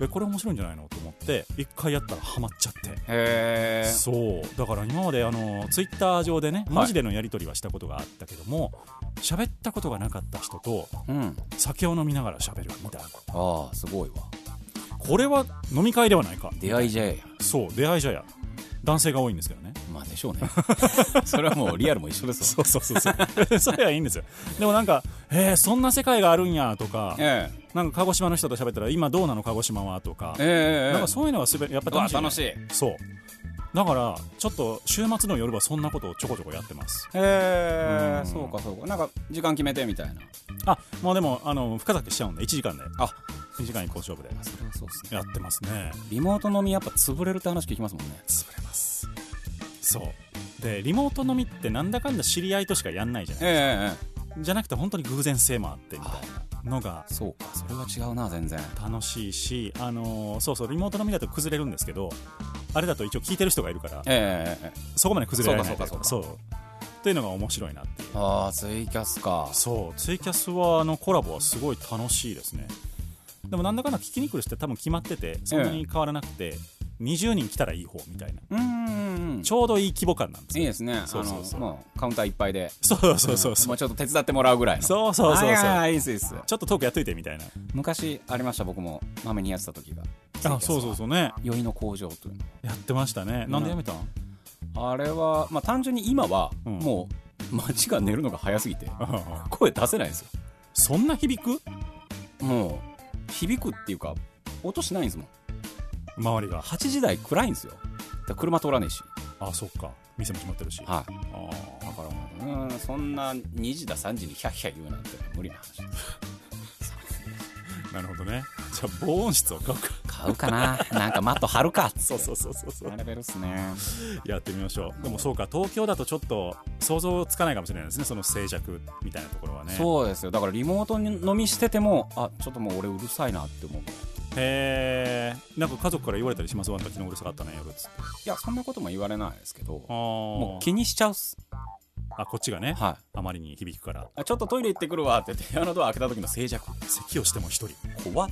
Speaker 3: えこれ面白いんじゃないのと思って1回やったらハマっちゃって
Speaker 4: へえ。
Speaker 3: そうだから今まであのツイッター上でね
Speaker 4: い
Speaker 3: 文字でのやり取りはしたことがあったけども喋ったことがなかった人と
Speaker 4: うん。
Speaker 3: 酒を飲みながら喋るみたいな
Speaker 4: ああ、すごいわ。
Speaker 3: これは飲み会ではないか
Speaker 4: 出会いじゃえや。
Speaker 3: そう出会いじゃや男性が多いんですけどね
Speaker 4: まあでしょうね。 それはもうリアルも一緒です
Speaker 3: そうそうそうそうそれはいいんですよでもなんか「えー、そんな世界があるんや」とか
Speaker 4: わ。 え
Speaker 3: 「なんか鹿児島の人と喋ったら今どうなの鹿児島は」とか
Speaker 4: え。ええええ。
Speaker 3: なんかそういうのがすべやっぱ楽しい,、
Speaker 4: うわ楽しい
Speaker 3: そうだからちょっと週末の夜はそんなことをちょこちょこやってます
Speaker 4: へ
Speaker 3: う
Speaker 4: え。
Speaker 3: ん
Speaker 4: そうかそうか。なんか時間決めてみたいな。
Speaker 3: あもうでもあの深酒しちゃうんで1時間で
Speaker 4: あ
Speaker 3: 2時間一個勝負で
Speaker 4: それはそうですね。
Speaker 3: やってますね
Speaker 4: リモート飲みやっぱ潰れるって話聞きますもんね。
Speaker 3: 潰れますそうでリモート飲みってなんだかんだ知り合いとしかやんないじゃない
Speaker 4: えええ
Speaker 3: じゃなくて本当に偶然性もあってみたいなのが
Speaker 4: え。そうか。それは違うな全然。
Speaker 3: 楽しいし、あのーそうそうリモート飲みだと崩れるんですけどあれだと一応聞いてる人がいるから
Speaker 4: ええええええ。
Speaker 3: そこまで崩れられないとい
Speaker 4: そうか
Speaker 3: そ
Speaker 4: そう
Speaker 3: というのが面白いなっていう
Speaker 4: ああツイキャスか。
Speaker 3: そうツイキャスはあのコラボはすごい楽しいですねでもなんだかんだ聞きに来る人って多分決まっててそんなに変わらなくて、20人来たらいい方みたいな
Speaker 4: うーん。
Speaker 3: ちょうどいい規模感なんです
Speaker 4: いい
Speaker 3: よ
Speaker 4: ですね。
Speaker 3: そうそうそう
Speaker 4: あのもうカウンターいっぱいで。
Speaker 3: そうそうそうそう
Speaker 4: もうちょっと手伝ってもらうぐらいの。
Speaker 3: そうそうそう
Speaker 4: はいはい
Speaker 3: そう
Speaker 4: はいいいですいいです。
Speaker 3: ちょっとトークやっといてみたいな
Speaker 4: 昔ありました僕も豆にやってた時が
Speaker 3: あそうそうそうね
Speaker 4: 酔いの工場という
Speaker 3: やってましたねなんでやめたん、
Speaker 4: のあれはまあ単純に今は
Speaker 3: うん
Speaker 4: もう街が寝るのが早すぎて
Speaker 3: ああ
Speaker 4: 声出せないんですよ
Speaker 3: そんな響く
Speaker 4: もう響くっていうか音しないんですもん
Speaker 3: 周りが
Speaker 4: 8時台暗いんですよだから車通らねえし
Speaker 3: あそっか店も閉まってるし
Speaker 4: はいだからもううんそんな2時だ3時にヒャッヒャ言うなんて無理な話
Speaker 3: なるほどねじゃあ防音室を買うか
Speaker 4: 買うかななんかマット貼るか
Speaker 3: そうそうそうそうそう
Speaker 4: レベルっすね
Speaker 3: やってみましょうでもそうか東京だとちょっと想像つかないかもしれないですねその静寂みたいなところはね
Speaker 4: そうですよだからリモートに飲みしててもあちょっともう俺うるさいなって思うい
Speaker 3: へえんか家族から言われたりしますわあんた昨日うるさかったね夜っつって
Speaker 4: やそんなことも言われないですけど
Speaker 3: あ
Speaker 4: も
Speaker 3: も
Speaker 4: う気にしちゃうっす
Speaker 3: あこっちがね、
Speaker 4: はい
Speaker 3: あまりに響くから
Speaker 4: あちょっとトイレ行ってくるわって言って部屋のドア開けた時の静寂
Speaker 3: 咳をしても一人
Speaker 4: 怖っ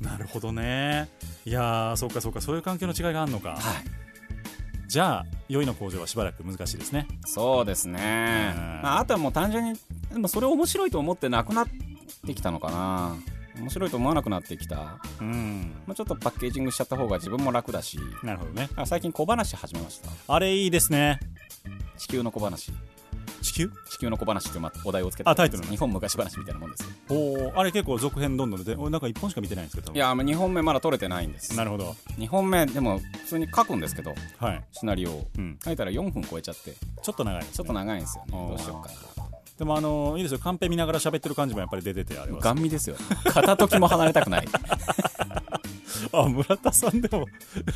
Speaker 3: なるほどねいやーそうかそうかそういう環境の違いがあるのか、
Speaker 4: はい
Speaker 3: じゃあ良いの向上はしばらく難しいですね
Speaker 4: そうですね、
Speaker 3: うん
Speaker 4: まあ、あとはもう単純にでもそれを面白いと思ってなくなってきたのかな面白いと思わなくなってきた、ま
Speaker 3: うん
Speaker 4: あ、ちょっとパッケージングしちゃった方が自分も楽だし
Speaker 3: なるほどね
Speaker 4: あ最近小話始めました
Speaker 3: あれいいですね
Speaker 4: 地球の小話
Speaker 3: 地球
Speaker 4: 地球の小話っていうまあお題をつけて
Speaker 3: あタイトルね
Speaker 4: 日本昔話みたいなもんですよ
Speaker 3: おーあれ結構続編どんどんで俺なんか1本しか見てないんですけど多
Speaker 4: い
Speaker 3: 分
Speaker 4: やあの2本目まだ取れてないんです
Speaker 3: なるほど
Speaker 4: 2本目でも普通に書くんですけど
Speaker 3: はい、
Speaker 4: シナリオを
Speaker 3: うん、
Speaker 4: 書いたら4分超えちゃって
Speaker 3: ちょっと長いです、ね、
Speaker 4: ちょっと長いんですよね
Speaker 3: うん
Speaker 4: どうしようか
Speaker 3: でもあのーいいですよカンペ見ながら喋ってる感じもやっぱり出ててあれ
Speaker 4: な
Speaker 3: は
Speaker 4: ガン見ですよ片時も離れたく ない
Speaker 3: あ村田さんでも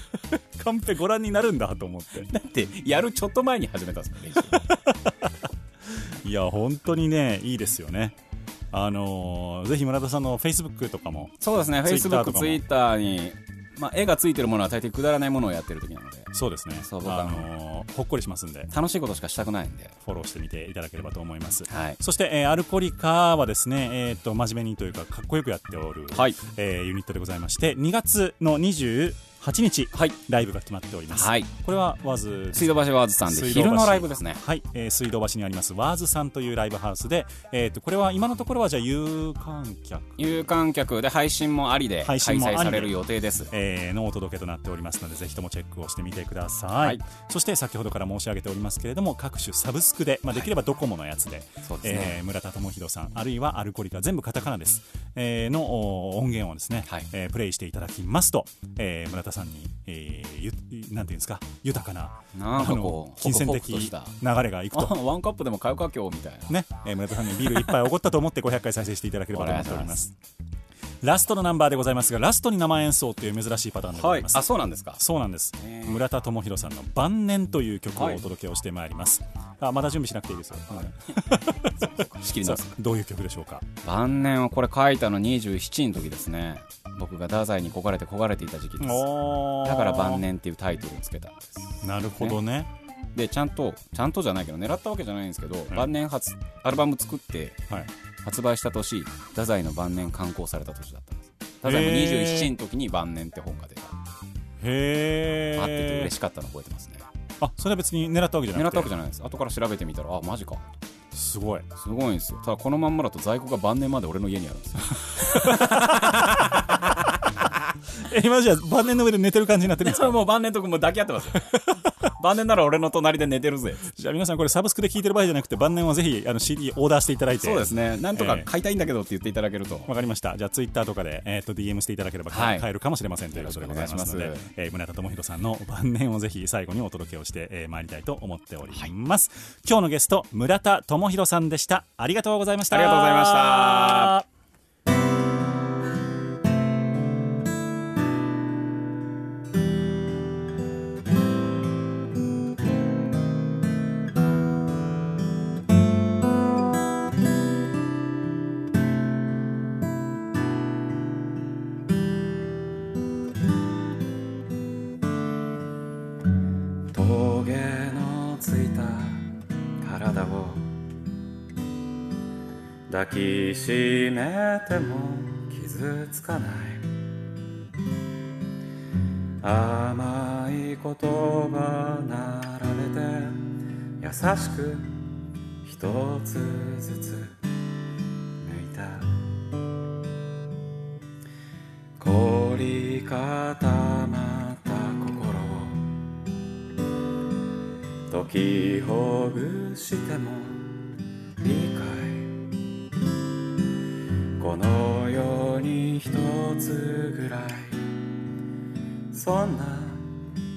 Speaker 3: カンペご覧になるんだと思って
Speaker 4: ってやるちょっと前に始めたんですよ練習
Speaker 3: いや本当にねいいですよねあのーぜひ村田さんのフェイスブックとかも
Speaker 4: そうですね、
Speaker 3: Twitter と
Speaker 4: Facebook、
Speaker 3: かも
Speaker 4: Twitter に、まあ、絵がついてるものは大抵くだらないものをやってる時なので、
Speaker 3: そうですね
Speaker 4: そう僕
Speaker 3: あ
Speaker 4: あ
Speaker 3: のーほっこりしますんで
Speaker 4: 楽しいことしかしたくないんで、
Speaker 3: フォローしてみていただければと思います、
Speaker 4: はい。
Speaker 3: そして、えーアルコリカはですね、えー、と真面目にというかかっこよくやっておる、
Speaker 4: はい。
Speaker 3: えーユニットでございまして2月の28日、
Speaker 4: はい。
Speaker 3: ライブが決まっております、
Speaker 4: はい。
Speaker 3: これはワズ
Speaker 4: 水道橋ワーズさんで、
Speaker 3: 水道橋
Speaker 4: 昼のライブですね。
Speaker 3: はい、えー水道橋にありますワーズさんというライブハウスで、えー、とこれは今のところはじゃあ有観客
Speaker 4: 有観客で配信もありで開
Speaker 3: 配信
Speaker 4: 催
Speaker 3: もありで
Speaker 4: される予定です。
Speaker 3: えーのお届けとなっておりますのでぜひともチェックをしてみてください、
Speaker 4: はい
Speaker 3: そして先ほどから申し上げておりますけれども各種サブスクで、まあ、できればドコモのやつで、
Speaker 4: そうですね。
Speaker 3: えー村田智弘さんあるいはアルコリカ全部カタカナです、えーのお音源をですね、
Speaker 4: はい
Speaker 3: えープレイしていただきますと、えー村田さんに、えーゆなんていうんですか豊かな
Speaker 4: なんか
Speaker 3: あの
Speaker 4: こう、
Speaker 3: 金銭
Speaker 4: ホク
Speaker 3: 的
Speaker 4: ホクとした。
Speaker 3: 流れがいく
Speaker 4: あ
Speaker 3: と。
Speaker 4: ワンカップでも買うか今日みたいな。
Speaker 3: ねえー村田さんにビールいっぱいおごったと思って500回再生していただければと思っており
Speaker 4: お願
Speaker 3: ま
Speaker 4: い
Speaker 3: すラストのナンバーでございますがラストに生演奏という珍しいパターンでございます、
Speaker 4: あ、そうなんですか。
Speaker 3: そうなんです
Speaker 4: ね
Speaker 3: 村田智弘さんの「晩年」という曲をお届けをしてまいります、あまだ準備しなくていいですよ、
Speaker 4: 仕切り
Speaker 3: さ
Speaker 4: 直
Speaker 3: あ
Speaker 4: す。
Speaker 3: どういう曲でしょうか
Speaker 4: 晩年をこれ書いたの27の時ですね。僕が太宰に焦がれて焦がれていた時期です。だから晩年っていうタイトルをつけたんです。
Speaker 3: なるほどね
Speaker 4: でちゃんとちゃんとじゃないけど狙ったわけじゃないんですけど、晩年初アルバム作って
Speaker 3: はい
Speaker 4: 発売した年太宰の晩年刊行された年だったんです太宰も
Speaker 3: へー
Speaker 4: 27の時に晩年って本が出た
Speaker 3: へ
Speaker 4: あってて
Speaker 3: え
Speaker 4: 嬉しかったの覚えてますね
Speaker 3: あそれは別に狙ったわけじゃ
Speaker 4: 狙
Speaker 3: な
Speaker 4: っ
Speaker 3: く
Speaker 4: た
Speaker 3: て
Speaker 4: わけじゃないです後から調べてみたらあマジか
Speaker 3: すごい
Speaker 4: すごいんですよただこのまんまだと在庫が晩年まで俺の家にあるんです よ
Speaker 3: え今じゃあ晩年の上で寝てる感じになってるんですか
Speaker 4: もう晩年とも抱き合って ますよ晩年なら俺の隣で寝てるぜ
Speaker 3: じゃあ皆さんこれサブスクで聴いてる場合じゃなくて晩年はぜひあの CD オーダーしていただいて
Speaker 4: そうですねなんと
Speaker 3: え
Speaker 4: か
Speaker 3: え
Speaker 4: 買いたいんだけどって言っていただけると、
Speaker 3: わかりました。じゃあツイッターとかで、えー、と DM していただければ、
Speaker 4: はい
Speaker 3: 買えるかもしれませんということでございますの
Speaker 4: よ
Speaker 3: で
Speaker 4: ろしくお願いしま、
Speaker 3: えー村田智弘さんの晩年をぜひ最後にお届けをしてえーまい、りたいと思っております。今日のゲスト村田智弘さんでした。ありがとうございました。
Speaker 4: ありがとうございました。
Speaker 8: 峠のついた体を抱きしめても傷つかない甘い言葉並べて優しく一つずつ抜いた凝り固まった心を解きほぐしてもいいかいこの世に一つぐらいそんな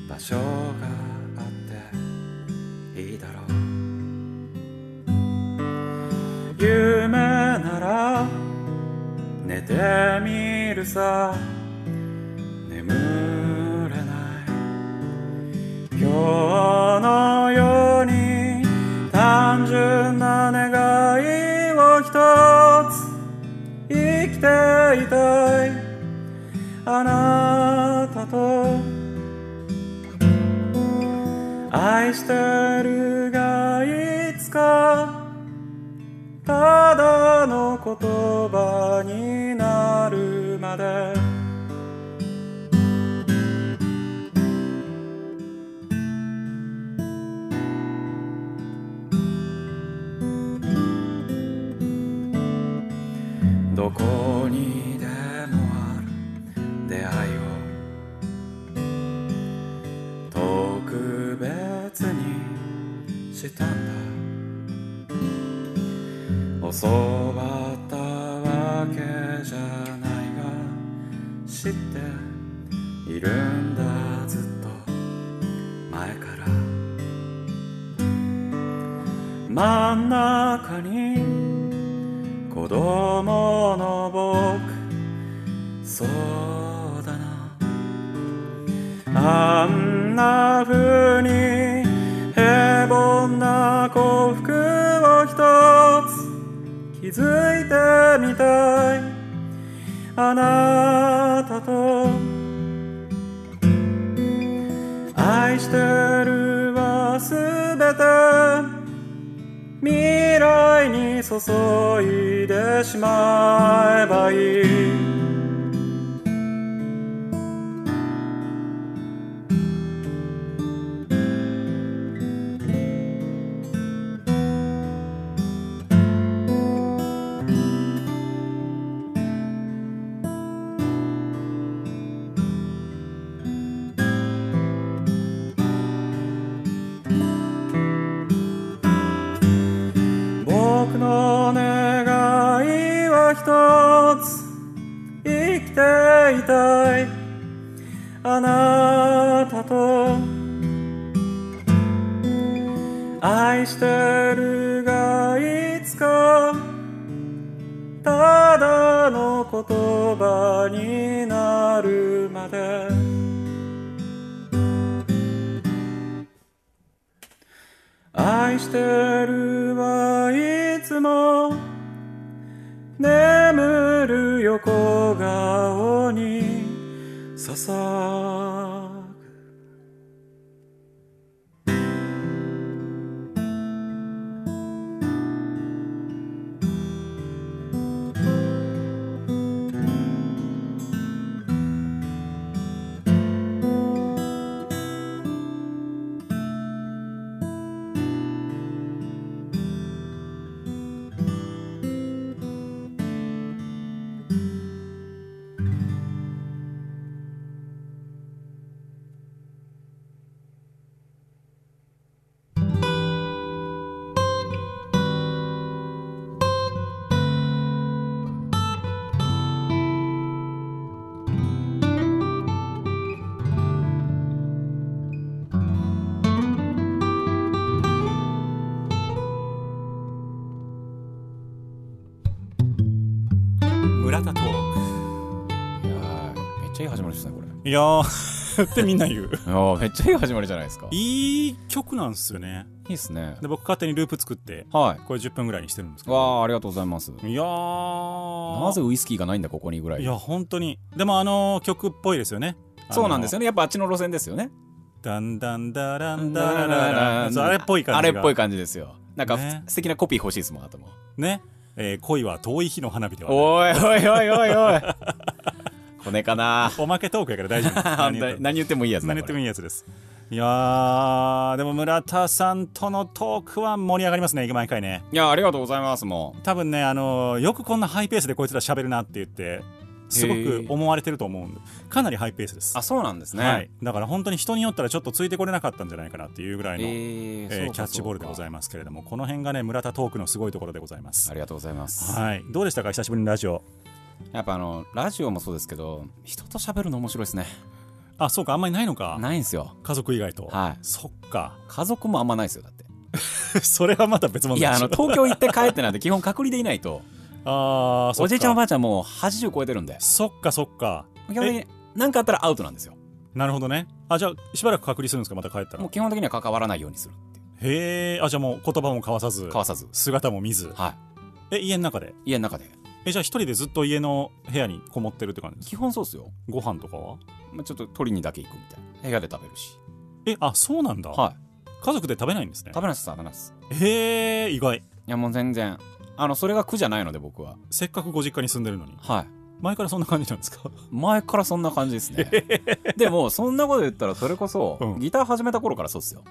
Speaker 8: 場場所があっていいだろう夢なら寝てみるさ眠れない今日のように単純な願いを一つ生きていたいあなたと愛してるがいつかただの言葉になるまでどこにでもある出会いを特別にしたんだ教わったわけじゃないが知っているんだずっと前から真ん中に子供の僕そうだなあんな風に平凡な幸福を一つ気づいてみたいあなたと愛してるはすべて未来に注いでしまえばいい僕の願いは一つ生きていたいあなたと愛してるがいつかただの言葉になるまで愛してるはいつも眠る横顔にささ
Speaker 3: 村田トー
Speaker 4: いやーめっちゃいい始まりですねこれい
Speaker 3: クいやーってみんな言う
Speaker 4: やーめっちゃいい始まりじゃないですか い
Speaker 3: いい曲なんですよね
Speaker 4: いっすね
Speaker 3: で僕勝手にループ作って
Speaker 4: は
Speaker 3: これ10分ぐらいにしてるんですけ
Speaker 4: い
Speaker 3: ど
Speaker 4: わあありがとうございます
Speaker 3: いやー
Speaker 4: なぜウイスキーがないんだここにぐらい
Speaker 3: いや本当にでもあの曲っぽいですよね
Speaker 4: そうなんですよ
Speaker 3: よ
Speaker 4: ねやっぱあっちの路線ですよね
Speaker 3: だんだんだらんだらららそうあれっぽい感じが
Speaker 4: あれっぽい感じですよなんか、
Speaker 3: ね
Speaker 4: 素敵なコピー欲しいですもんあとも
Speaker 3: ね、えー恋は遠い日の花火ではない
Speaker 4: おいおいおいおいおいこれかな
Speaker 3: おまけトークやから大丈 夫
Speaker 4: 何言って何言ってもいいやつだ
Speaker 3: 何言
Speaker 4: こ
Speaker 3: って
Speaker 4: れ
Speaker 3: もいいやつですいやーでも村田さんとのトークは盛り上がりますね毎回ね
Speaker 4: いやありがとうございますも
Speaker 3: 多分ねあのーよくこんなハイペースでこいつら喋るなって言ってすごく思われてると思うんでかなりハイペースです
Speaker 4: うあそうなんですね、
Speaker 3: はい、だから本当に人によったらちょっとついてこれなかったんじゃないかなっていうぐらいの、
Speaker 4: え
Speaker 3: え
Speaker 4: ー
Speaker 3: ーキャッチボールでござ
Speaker 4: い
Speaker 3: いますけれどもこの辺がね村田トークのすごいところでございま
Speaker 4: あ
Speaker 3: す
Speaker 4: りがとうございます、
Speaker 3: はいどうでしたか久しぶりのラジオ
Speaker 4: やっぱあのラジオもそうですけど人と喋るの面白いですね
Speaker 3: あそうかあんまりないのか
Speaker 4: ないんですよ
Speaker 3: 家族以外と、
Speaker 4: はい
Speaker 3: そっか
Speaker 4: 家族もあんまないですよだって
Speaker 3: それはまた別物
Speaker 4: いやあの東京行って帰ってなんて基本隔離でいないと
Speaker 3: あーそっか
Speaker 4: おじいちゃんおばあちゃんもう80超えてるんで
Speaker 3: そっかそっか
Speaker 4: 基本的に何かあったらアウトなんですよ
Speaker 3: なるほどねあじゃあしばらく隔離するんですかまた帰ったら
Speaker 4: もう基本的には関わらないようにするっていう
Speaker 3: へえあじゃあもう言葉も交わさず
Speaker 4: 交わさず
Speaker 3: 姿も見ず
Speaker 4: は
Speaker 3: え家の中で
Speaker 4: い家の中で
Speaker 3: えじゃあ一人でずっと家の部屋にこもってるって感じですか
Speaker 4: 基本そうっすよ、
Speaker 3: ご飯とかは
Speaker 4: まあ、ちょっと取りにだけ行くみたいな部屋で食べるし
Speaker 3: えあそうなんだ、
Speaker 4: はい
Speaker 3: 家族で食べないんですね
Speaker 4: 食べないっす食べないっす
Speaker 3: へえ意外
Speaker 4: いやもう全然あのそれが苦じゃないので僕は
Speaker 3: せっかくご実家に住んでるのに
Speaker 4: はい
Speaker 3: 前からそんな感じなんですか
Speaker 4: 前からそんな感じ ですねでもそんなこと言ったらそれこそ、
Speaker 3: うん
Speaker 4: ギター始めた頃からそうっすよ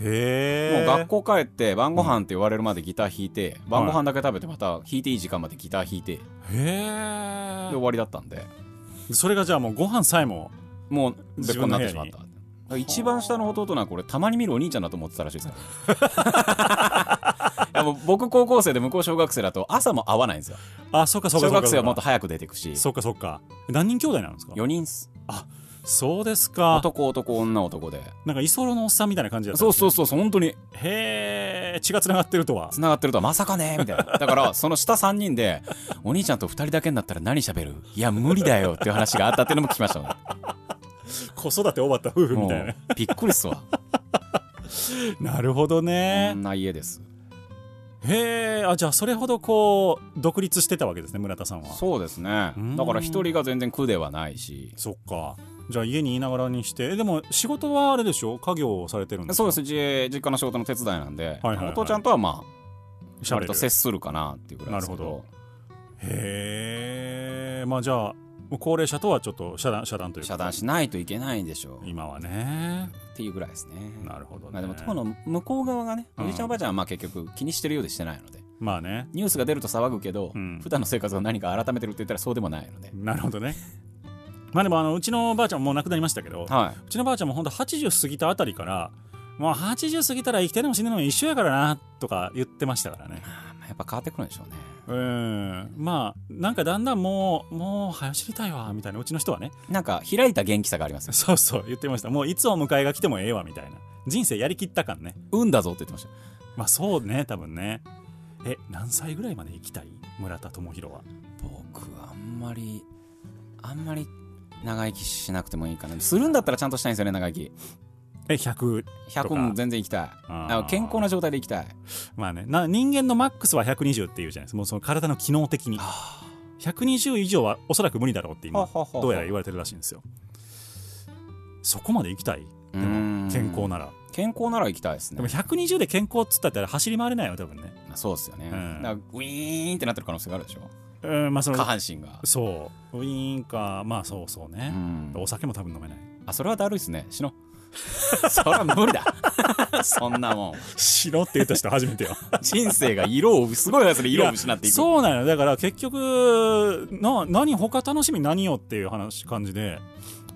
Speaker 3: へえ
Speaker 4: もう学校帰って晩ご飯って言われるまでギター弾いて、晩ご飯だけ食べてまた弾いていい時間までギター弾いてで
Speaker 3: へ
Speaker 4: 終わりだったんで
Speaker 3: えそれがじゃあもうご飯さえも
Speaker 4: もう
Speaker 3: 自
Speaker 4: 別
Speaker 3: 分
Speaker 4: 個に
Speaker 3: の
Speaker 4: なっ
Speaker 3: 部屋
Speaker 4: て
Speaker 3: に
Speaker 4: しまった一番下の弟なんか俺たまに見るお兄ちゃんだと思ってたらしい ですからいやもう僕高校生で向こう小学生だと朝も会わないんですよ
Speaker 3: あそうかそうかそ
Speaker 4: 小
Speaker 3: うか
Speaker 4: 学生はもっと早く出てくし
Speaker 3: そうかそうか何人兄弟なんですか
Speaker 4: 4人っす
Speaker 3: そうですか
Speaker 4: 男男女男で
Speaker 3: なんか居候のおっさんみたいな感じだったん
Speaker 4: そう
Speaker 3: です
Speaker 4: そうそうそう本当に
Speaker 3: へえ血がつながってるとは
Speaker 4: 繋がってるとはまさかねみたいなだからその下3人でお兄ちゃんと2人だけになったら何喋るいや無理だよっていう話があったっていうのも聞きましたも ん
Speaker 3: 子育て終わった夫婦みたいな
Speaker 4: もうびっくりっ すわ
Speaker 3: なるほど
Speaker 4: こ
Speaker 3: ね
Speaker 4: んな家です
Speaker 3: へえあじゃあそれほどこう独立してたわけですね村田さんは
Speaker 4: そうですね
Speaker 3: うん
Speaker 4: だから1人が全然苦ではないし
Speaker 3: そっかじゃあ家にいながらにしてえでも仕事はあれでしょ家業をされてるんです
Speaker 4: そう
Speaker 3: か
Speaker 4: です自実家の仕事の手伝いなんで、
Speaker 3: はいはいはい
Speaker 4: お父ちゃんとはま
Speaker 3: うで
Speaker 4: あ割と接するかなっていうぐらいですけど
Speaker 3: なるほへえまあじゃあもう高齢者とはちょっと遮断遮断というか
Speaker 4: 遮断しないといけないんでしょう
Speaker 3: 今はね
Speaker 4: っていうぐらいですね
Speaker 3: なるほどね
Speaker 4: まあでも当の向こう側がね
Speaker 3: うん
Speaker 4: おじいちゃんおばあちゃんはまあ結局気にしてるようでしてないので
Speaker 3: まあね
Speaker 4: ニュースが出ると騒ぐけど、
Speaker 3: うん
Speaker 4: 普段の生活が何か改めてるって言ったらそうでもないので、
Speaker 3: なるほどねまあでもあのうちのばあちゃんもう亡くなりましたけど、
Speaker 4: は
Speaker 3: うちのばあちゃんも本当80過ぎたあたりからもう80過ぎたら生きてるのも死んでるのも一緒やからなとか言ってましたからね
Speaker 4: い、やっぱ変わってくるんでしょうね
Speaker 3: うんまあなんかだんだんもうもう早知りたいわみたいなうちの人はね
Speaker 4: なんか開いた元気さがありますよ
Speaker 3: そうそう言ってましたもういつお迎えが来てもええわみたいな人生やりきった感ね
Speaker 4: 運だぞって言ってました
Speaker 3: まあそうね多分ねえ何歳ぐらいまで生きたい村田智弘は
Speaker 4: 僕あんまりあんまり長生きしなくてもいいかなするんだったらちゃんとしたいんですよね長生き
Speaker 3: え100
Speaker 4: 100も全然行きたい
Speaker 3: あー
Speaker 4: あの健康な状態で行きたい
Speaker 3: まあねな人間のマックスは120っていうじゃないですかもうその体の機能的に120以上はおそらく無理だろうって今
Speaker 4: はははは
Speaker 3: どうやら言われてるらしいんですよそこまで行きたいで
Speaker 4: う
Speaker 3: も
Speaker 4: ーん
Speaker 3: 健康なら
Speaker 4: 健康なら行きたいです
Speaker 3: で
Speaker 4: ね
Speaker 3: も120で健康っつったって走り回れないよ多分ね
Speaker 4: まあそうですよね、
Speaker 3: うん
Speaker 4: だからウィーンってなってる可能性があるでしょ
Speaker 3: うんまあそ
Speaker 4: 下
Speaker 3: の
Speaker 4: 半身が、
Speaker 3: そうウィーンかまあそうそう
Speaker 4: う
Speaker 3: ね、
Speaker 4: ん、
Speaker 3: お酒も多分飲めない
Speaker 4: あそれはだるいっすね死のう それは無理だそんなもん
Speaker 3: 死のって言った人初め てよ
Speaker 4: 人生が色をすごいやつで色を失ってい
Speaker 3: や
Speaker 4: く
Speaker 3: そうなのよだから結局な何他楽しみ何よっていう話感じで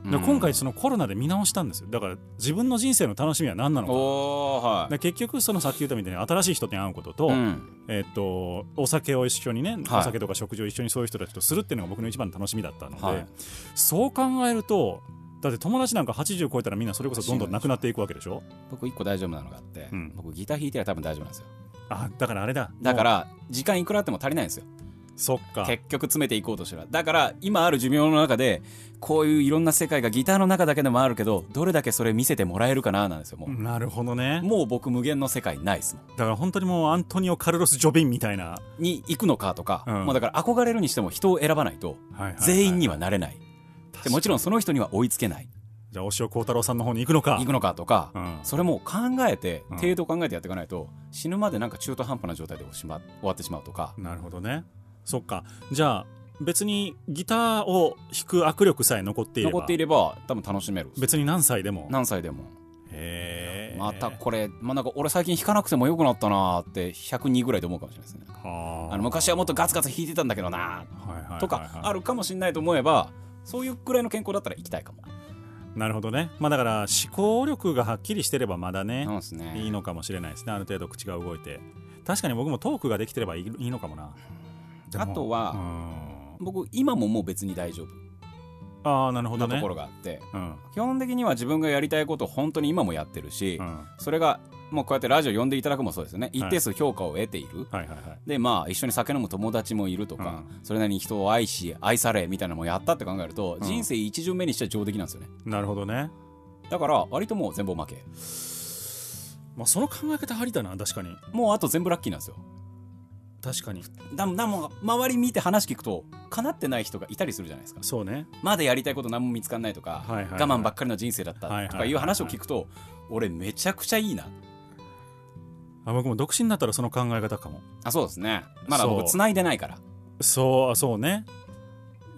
Speaker 3: で
Speaker 4: うん
Speaker 3: 今回そのコロナで見直したんですよだから自分の人生の楽しみは何なのか
Speaker 4: おーはい
Speaker 3: で結局そのさっき言ったみたいに新しい人に会うことと,、
Speaker 4: うん
Speaker 3: えっとお酒を一緒にね、
Speaker 4: はい
Speaker 3: お酒とか食事を一緒にそういう人たちとするっていうのが僕の一番の楽しみだったので、
Speaker 4: はい
Speaker 3: そう考えるとだって友達なんか80超えたらみんなそれこそどんどんなくなっていくわけでしょ
Speaker 4: 僕一個大丈夫なのがあって、
Speaker 3: うん
Speaker 4: 僕ギター弾いてら多分大丈夫なんですよ
Speaker 3: あだからあれだ
Speaker 4: だか
Speaker 3: も
Speaker 4: ら時間いくらあっても足りないんですよ
Speaker 3: うそっか
Speaker 4: 結局詰めていこうとしたらだから今ある寿命の中でこういういろんな世界がギターの中だけでもあるけどどれだけそれ見せてもらえるかななんですよもう、
Speaker 3: なるほどね
Speaker 4: もう僕無限の世界ないですもん
Speaker 3: だから本当にもうアントニオ・カルロス・ジョビンみたいな、
Speaker 4: に行くのかとか、
Speaker 3: うん
Speaker 4: まあだから憧れるにしても人を選ばないと
Speaker 3: はいはいはい
Speaker 4: 全員にはなれない,、でもちろんその人には追いつけない
Speaker 3: じゃあ、押尾幸太郎さんの方に行くのか。
Speaker 4: 行くのかとか、
Speaker 3: うん
Speaker 4: それも考えて
Speaker 3: うん
Speaker 4: 程度を考えてやっていかないと、死ぬまでなんか中途半端な状態でおしま終わってしまうとか、
Speaker 3: なるほどね。そっか。じゃあ、別にギターを弾く握力さえ残っていれば、
Speaker 4: 残っていれば多分楽しめる
Speaker 3: 別に何歳でも。
Speaker 4: 何歳でも
Speaker 3: へえ。
Speaker 4: またこれ、まあ、なんか俺最近弾かなくてもよくなったなーって102ぐらいで思うかもしれないですね
Speaker 3: は
Speaker 4: あの昔はもっとガツガツ弾いてたんだけどな
Speaker 3: はいはいはいは
Speaker 4: ー
Speaker 3: い
Speaker 4: とかあるかもしれないと思えばそういうくらいの健康だったら行きたいかも
Speaker 3: なるほどね。まあだから、思考力がはっきりしてればまだね
Speaker 4: な、んですね
Speaker 3: いいのかもしれないですね。ある程度口が動いて。確かに僕もトークができてればいいいいのかもな。でも
Speaker 4: あと
Speaker 3: う
Speaker 4: は
Speaker 3: ん
Speaker 4: 僕今ももう別に大丈夫
Speaker 3: ああなるほど
Speaker 4: な
Speaker 3: ね
Speaker 4: ところがあって、
Speaker 3: うん
Speaker 4: 基本的には自分がやりたいことを本当に今もやってるし、
Speaker 3: うんは
Speaker 4: それがもうこうやってラジオ呼んでいただくもそうですよね一定数評価を得ている、
Speaker 3: いはいはい
Speaker 4: でまあ一緒に酒飲む友達もいるとか、それなりに人を愛し愛されみたいなのもやったって考えると、
Speaker 3: ん
Speaker 4: 人生一巡目にしては上出来なんですよね
Speaker 3: なるほどね
Speaker 4: だから割ともう全部負け
Speaker 3: まあその考え方ありだな確かに
Speaker 4: もうあと全部ラッキーなんですよ
Speaker 3: 確かに
Speaker 4: だだもう周り見て話聞くと叶ってない人がいたりするじゃないですか
Speaker 3: そうね
Speaker 4: まだやりたいこと何も見つかんないとか、
Speaker 3: はいはいはい
Speaker 4: 我慢ばっかりの人生だった
Speaker 3: はいはい
Speaker 4: と
Speaker 3: は
Speaker 4: か
Speaker 3: い
Speaker 4: いう話を聞くと、俺めちゃくちゃいいな
Speaker 3: あ僕も独身になったらその考え方かも
Speaker 4: あそうですねまだ
Speaker 3: そう
Speaker 4: 僕繋いでないから
Speaker 3: そうあそうね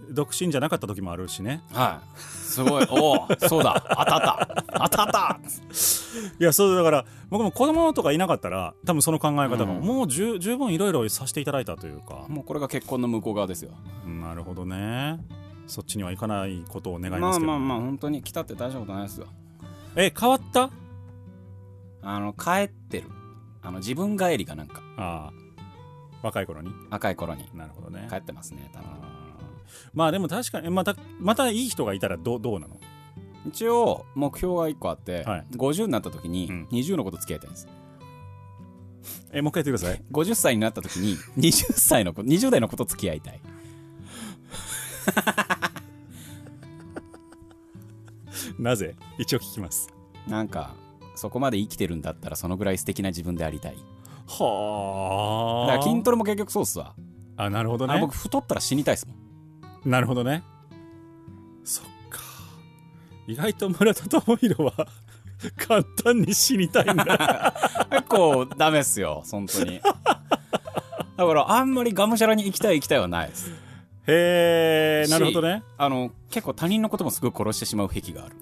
Speaker 3: 独身じゃなかった時もあるしね
Speaker 4: はいすごいおおそうだ当たった当たった
Speaker 3: いやそうだから僕も子供とかいなかったら多分その考え方が、
Speaker 4: うん
Speaker 3: もう十十分いろいろさせていただいたというか、
Speaker 4: もうこれが結婚の向こう側ですよ
Speaker 3: なるほどねそっちにはいかないことを願い
Speaker 4: ま
Speaker 3: ま
Speaker 4: あ
Speaker 3: すけど、
Speaker 4: まあまあ本当に来たって大したことないですよ
Speaker 3: え変わった
Speaker 4: あの帰ってるあの自分帰りがなんか
Speaker 3: ああ若い頃に
Speaker 4: 赤い頃に
Speaker 3: なるほどね
Speaker 4: 帰ってますね多分
Speaker 3: あーまあでも確かにまたまたいい人がいたらどうどうなの
Speaker 4: 一応目標が1個あって、
Speaker 3: はい
Speaker 4: 50になった時に
Speaker 3: うん
Speaker 4: 20のこと付き合いたいんです、
Speaker 3: えもう一回言って ください
Speaker 4: 50歳になった時に20歳のこと20代のこと 付き合いたい
Speaker 3: なぜ一応聞きます
Speaker 4: なんかそこまで生きてるんだったらそのぐらい素敵な自分でありたいだ
Speaker 3: は
Speaker 4: から筋トレも結局そうっすわ
Speaker 3: あなるほど
Speaker 4: あの
Speaker 3: ね
Speaker 4: 僕太ったら死にたいっすもん
Speaker 3: なるほどねそっか意外と村田智弘は 簡単に死にたいん だ
Speaker 4: 結構ダメっすよ本当にだからあんまりがむしゃらに行きたい行きたいはないです
Speaker 3: へえなるほどね
Speaker 4: あの結構他人のこともすごい殺してしまう癖がある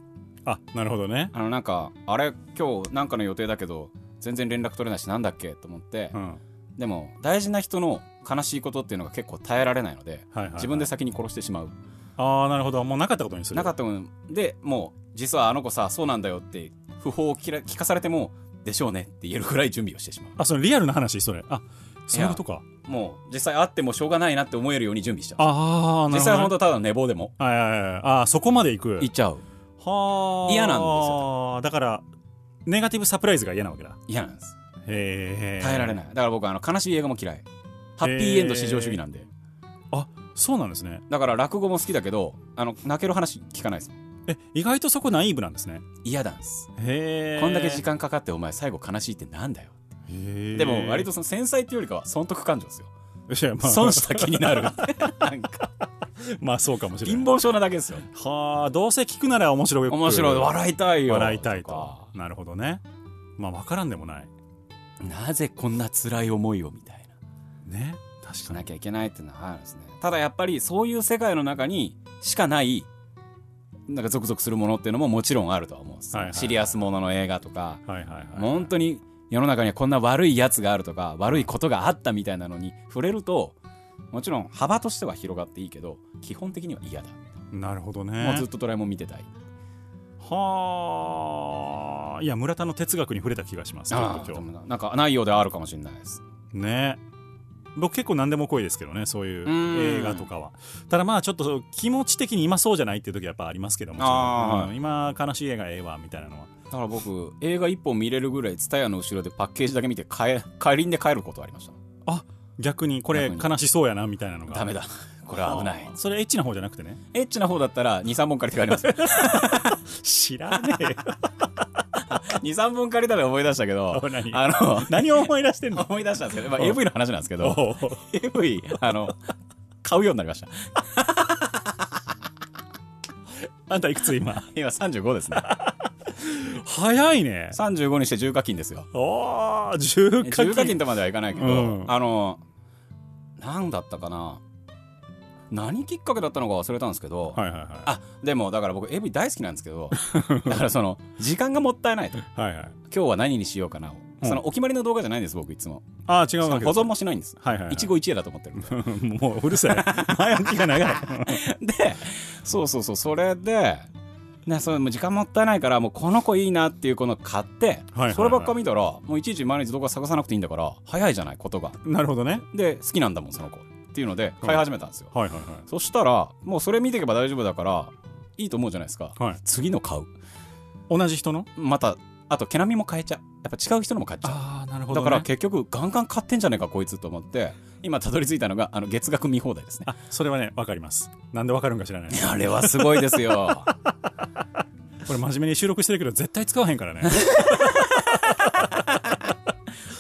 Speaker 3: あなるほどね
Speaker 4: あのなんかあれ今日なんかの予定だけど全然連絡取れないしなんだっけと思って、
Speaker 3: うん
Speaker 4: でも大事な人の悲しいことっていうのが結構耐えられないので、
Speaker 3: はいはいはい
Speaker 4: 自分で先に殺してしまう
Speaker 3: ああなるほどもうなかったことにする
Speaker 4: なかったもんでもう実はあの子さそうなんだよって不法を聞ら聞かされてもでしょうねって言えるくらい準備をしてしま
Speaker 3: あそのリアルな話それあそういうことか
Speaker 4: うもう実際会ってもしょうがないなって思えるように準備しちゃう
Speaker 3: ああなるほど、
Speaker 4: 実
Speaker 3: ね、
Speaker 4: 際は本当ただの寝坊でも
Speaker 3: はいはいはいあーそこまで行く
Speaker 4: 行っちゃう
Speaker 3: はあ
Speaker 4: 嫌なんです
Speaker 3: よだからネガティブサプライズが嫌なわけだ
Speaker 4: 嫌なんです
Speaker 3: へえ
Speaker 4: 耐えられ
Speaker 3: い
Speaker 4: ないだから僕あの悲しい映画も嫌いハッピーエンド至上主義なんで
Speaker 3: あそうなんですね
Speaker 4: だから落語も好きだけどあの泣ける話聞かないです
Speaker 3: え意外とそこナイーブなんですね
Speaker 4: 嫌なんです
Speaker 3: へえ
Speaker 4: こんだけ時間かかってお前最後悲しいってなんだよ
Speaker 3: へー
Speaker 4: でも割とその繊細っていうよりかは損得感情です よ
Speaker 3: いやまあ
Speaker 4: 損した気に なるなんか
Speaker 3: まあそうかもしれない
Speaker 4: 貧乏症なだけですよ
Speaker 3: はあどうせ聞くなら面白い
Speaker 4: 面白い笑いたいよ
Speaker 3: 笑いたいと
Speaker 4: か
Speaker 3: なるほどねまあ分からんでもない
Speaker 4: なぜこんな辛い思いをみたいな
Speaker 3: ね確
Speaker 4: し
Speaker 3: かに
Speaker 4: なきゃいけないっていうのはあるんですねただやっぱりそういう世界の中にしかないなんかゾクゾクするものっていうのももちろんあるとは思うんですよ、
Speaker 3: はいはいはい
Speaker 4: シリアスものの映画とか、
Speaker 3: はいはいはい
Speaker 4: 本当に世の中にはこんな悪いやつがあるとか悪いことがあったみたいなのに触れるともちろん幅としては広がっていいけど基本的には嫌だ、
Speaker 3: なるほど
Speaker 4: もう
Speaker 3: ね
Speaker 4: ずっとドラえもん見てたい
Speaker 3: はあいや村田の哲学に触れた気がしますちょっと
Speaker 4: で
Speaker 3: 今
Speaker 4: もなんかないようではあるかもしれないです
Speaker 3: 日ね僕結構何でも濃いですけどねそういう
Speaker 4: うん
Speaker 3: 映画とかはただまあちょっと気持ち的に今そうじゃないっていう時はやっぱありますけども
Speaker 4: あー
Speaker 3: うん今悲しい映画ええわみたいなのは
Speaker 4: だから僕映画1本見れるぐらいツタヤの後ろでパッケージだけ見て帰帰りんで帰ることありました
Speaker 3: 逆にこれ
Speaker 4: 逆に
Speaker 3: 悲しそうやなみたいなのが
Speaker 4: ダメだこれは危ない
Speaker 3: あーそれエッチな方じゃなくてね
Speaker 4: エッチな方だったら23本借りて帰 ります
Speaker 3: 知らねえよ
Speaker 4: 23本借りたら思い出したけど
Speaker 3: お何
Speaker 4: あの
Speaker 3: 何を思い出してんの
Speaker 4: 思い出したんですけど、まあ、
Speaker 3: おう
Speaker 4: AV の話なんですけど
Speaker 3: おう
Speaker 4: AV あの買うようになりました
Speaker 3: あんたいくつ今
Speaker 4: 今35ですね
Speaker 3: 早いね
Speaker 4: 35にして重課金ですよ
Speaker 3: おー重課金
Speaker 4: 重課金とまではいかないけど、
Speaker 3: うん
Speaker 4: あの何だったかな何きっかけだったのか忘れたんですけど、
Speaker 3: はいはいは
Speaker 4: あでもだから僕 AV 大好きなんですけど だからその時間がもったいないと
Speaker 3: いはいはい
Speaker 4: 今日は何にしようかなを、
Speaker 3: うん
Speaker 4: そのお決まりの動画じゃないんです僕いつも
Speaker 3: あー違
Speaker 4: 保
Speaker 3: うわけです
Speaker 4: 存もしないんです、
Speaker 3: はいはいはい
Speaker 4: 一期一会だと思ってるんで
Speaker 3: もううるさ い前置きが長い
Speaker 4: でそうそうそうそれでね、それもう時間もったいないからもうこの子いいなっていう子の買って、
Speaker 3: はいはい
Speaker 4: そればっか見たらもういちいち毎日動画探さなくていいんだから早いじゃないことが
Speaker 3: なるほどね
Speaker 4: で好きなんだもんその子っていうので買い始めたんですよ、
Speaker 3: はいはいはい
Speaker 4: そしたらもうそれ見ていけば大丈夫だからいいと思うじゃないですか、
Speaker 3: はい
Speaker 4: 次の買う
Speaker 3: 同じ人の
Speaker 4: またあと毛並みも変えちゃうやっぱ違う人のも買っちゃ
Speaker 3: ああなる
Speaker 4: う、
Speaker 3: ほ
Speaker 4: だ
Speaker 3: だか
Speaker 4: から
Speaker 3: ら
Speaker 4: 結局ガンガン買ってんじゃねえかこいつと思って今たどり着いたのがあの月額見放題ですね
Speaker 3: あそれはねわかりますなんでわかるんか知らないです
Speaker 4: あれはすごいで すよ
Speaker 3: これ真面目に収録してるけど絶対使わへんからね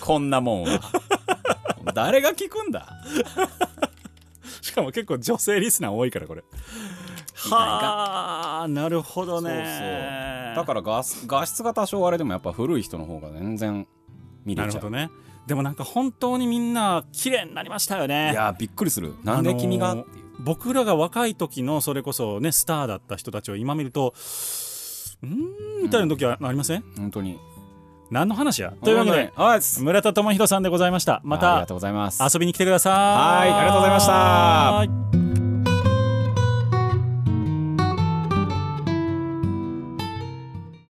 Speaker 4: こんなもんは誰が聞くんだ
Speaker 3: しかも結構女性リスナー多いからこれはあなるほどね
Speaker 4: だから画質画質が多少あれでもやっぱ古い人の方が全然見れ
Speaker 3: なる
Speaker 4: ち
Speaker 3: ほ
Speaker 4: ゃう、
Speaker 3: どねでもなんか本当にみんな綺麗になりましたよね
Speaker 4: いやーびっくりするなんで君が、
Speaker 3: あのー僕らが若い時のそれこそねスターだった人たちを今見るとうーんみたいな時はありません、
Speaker 4: 本当に
Speaker 3: 何の話やというわけで
Speaker 4: はいす
Speaker 3: 村田智弘さんでございましたま
Speaker 4: またあり
Speaker 3: た
Speaker 4: がとうございます
Speaker 3: 遊びに来てください
Speaker 4: はいありがとうございました
Speaker 3: はい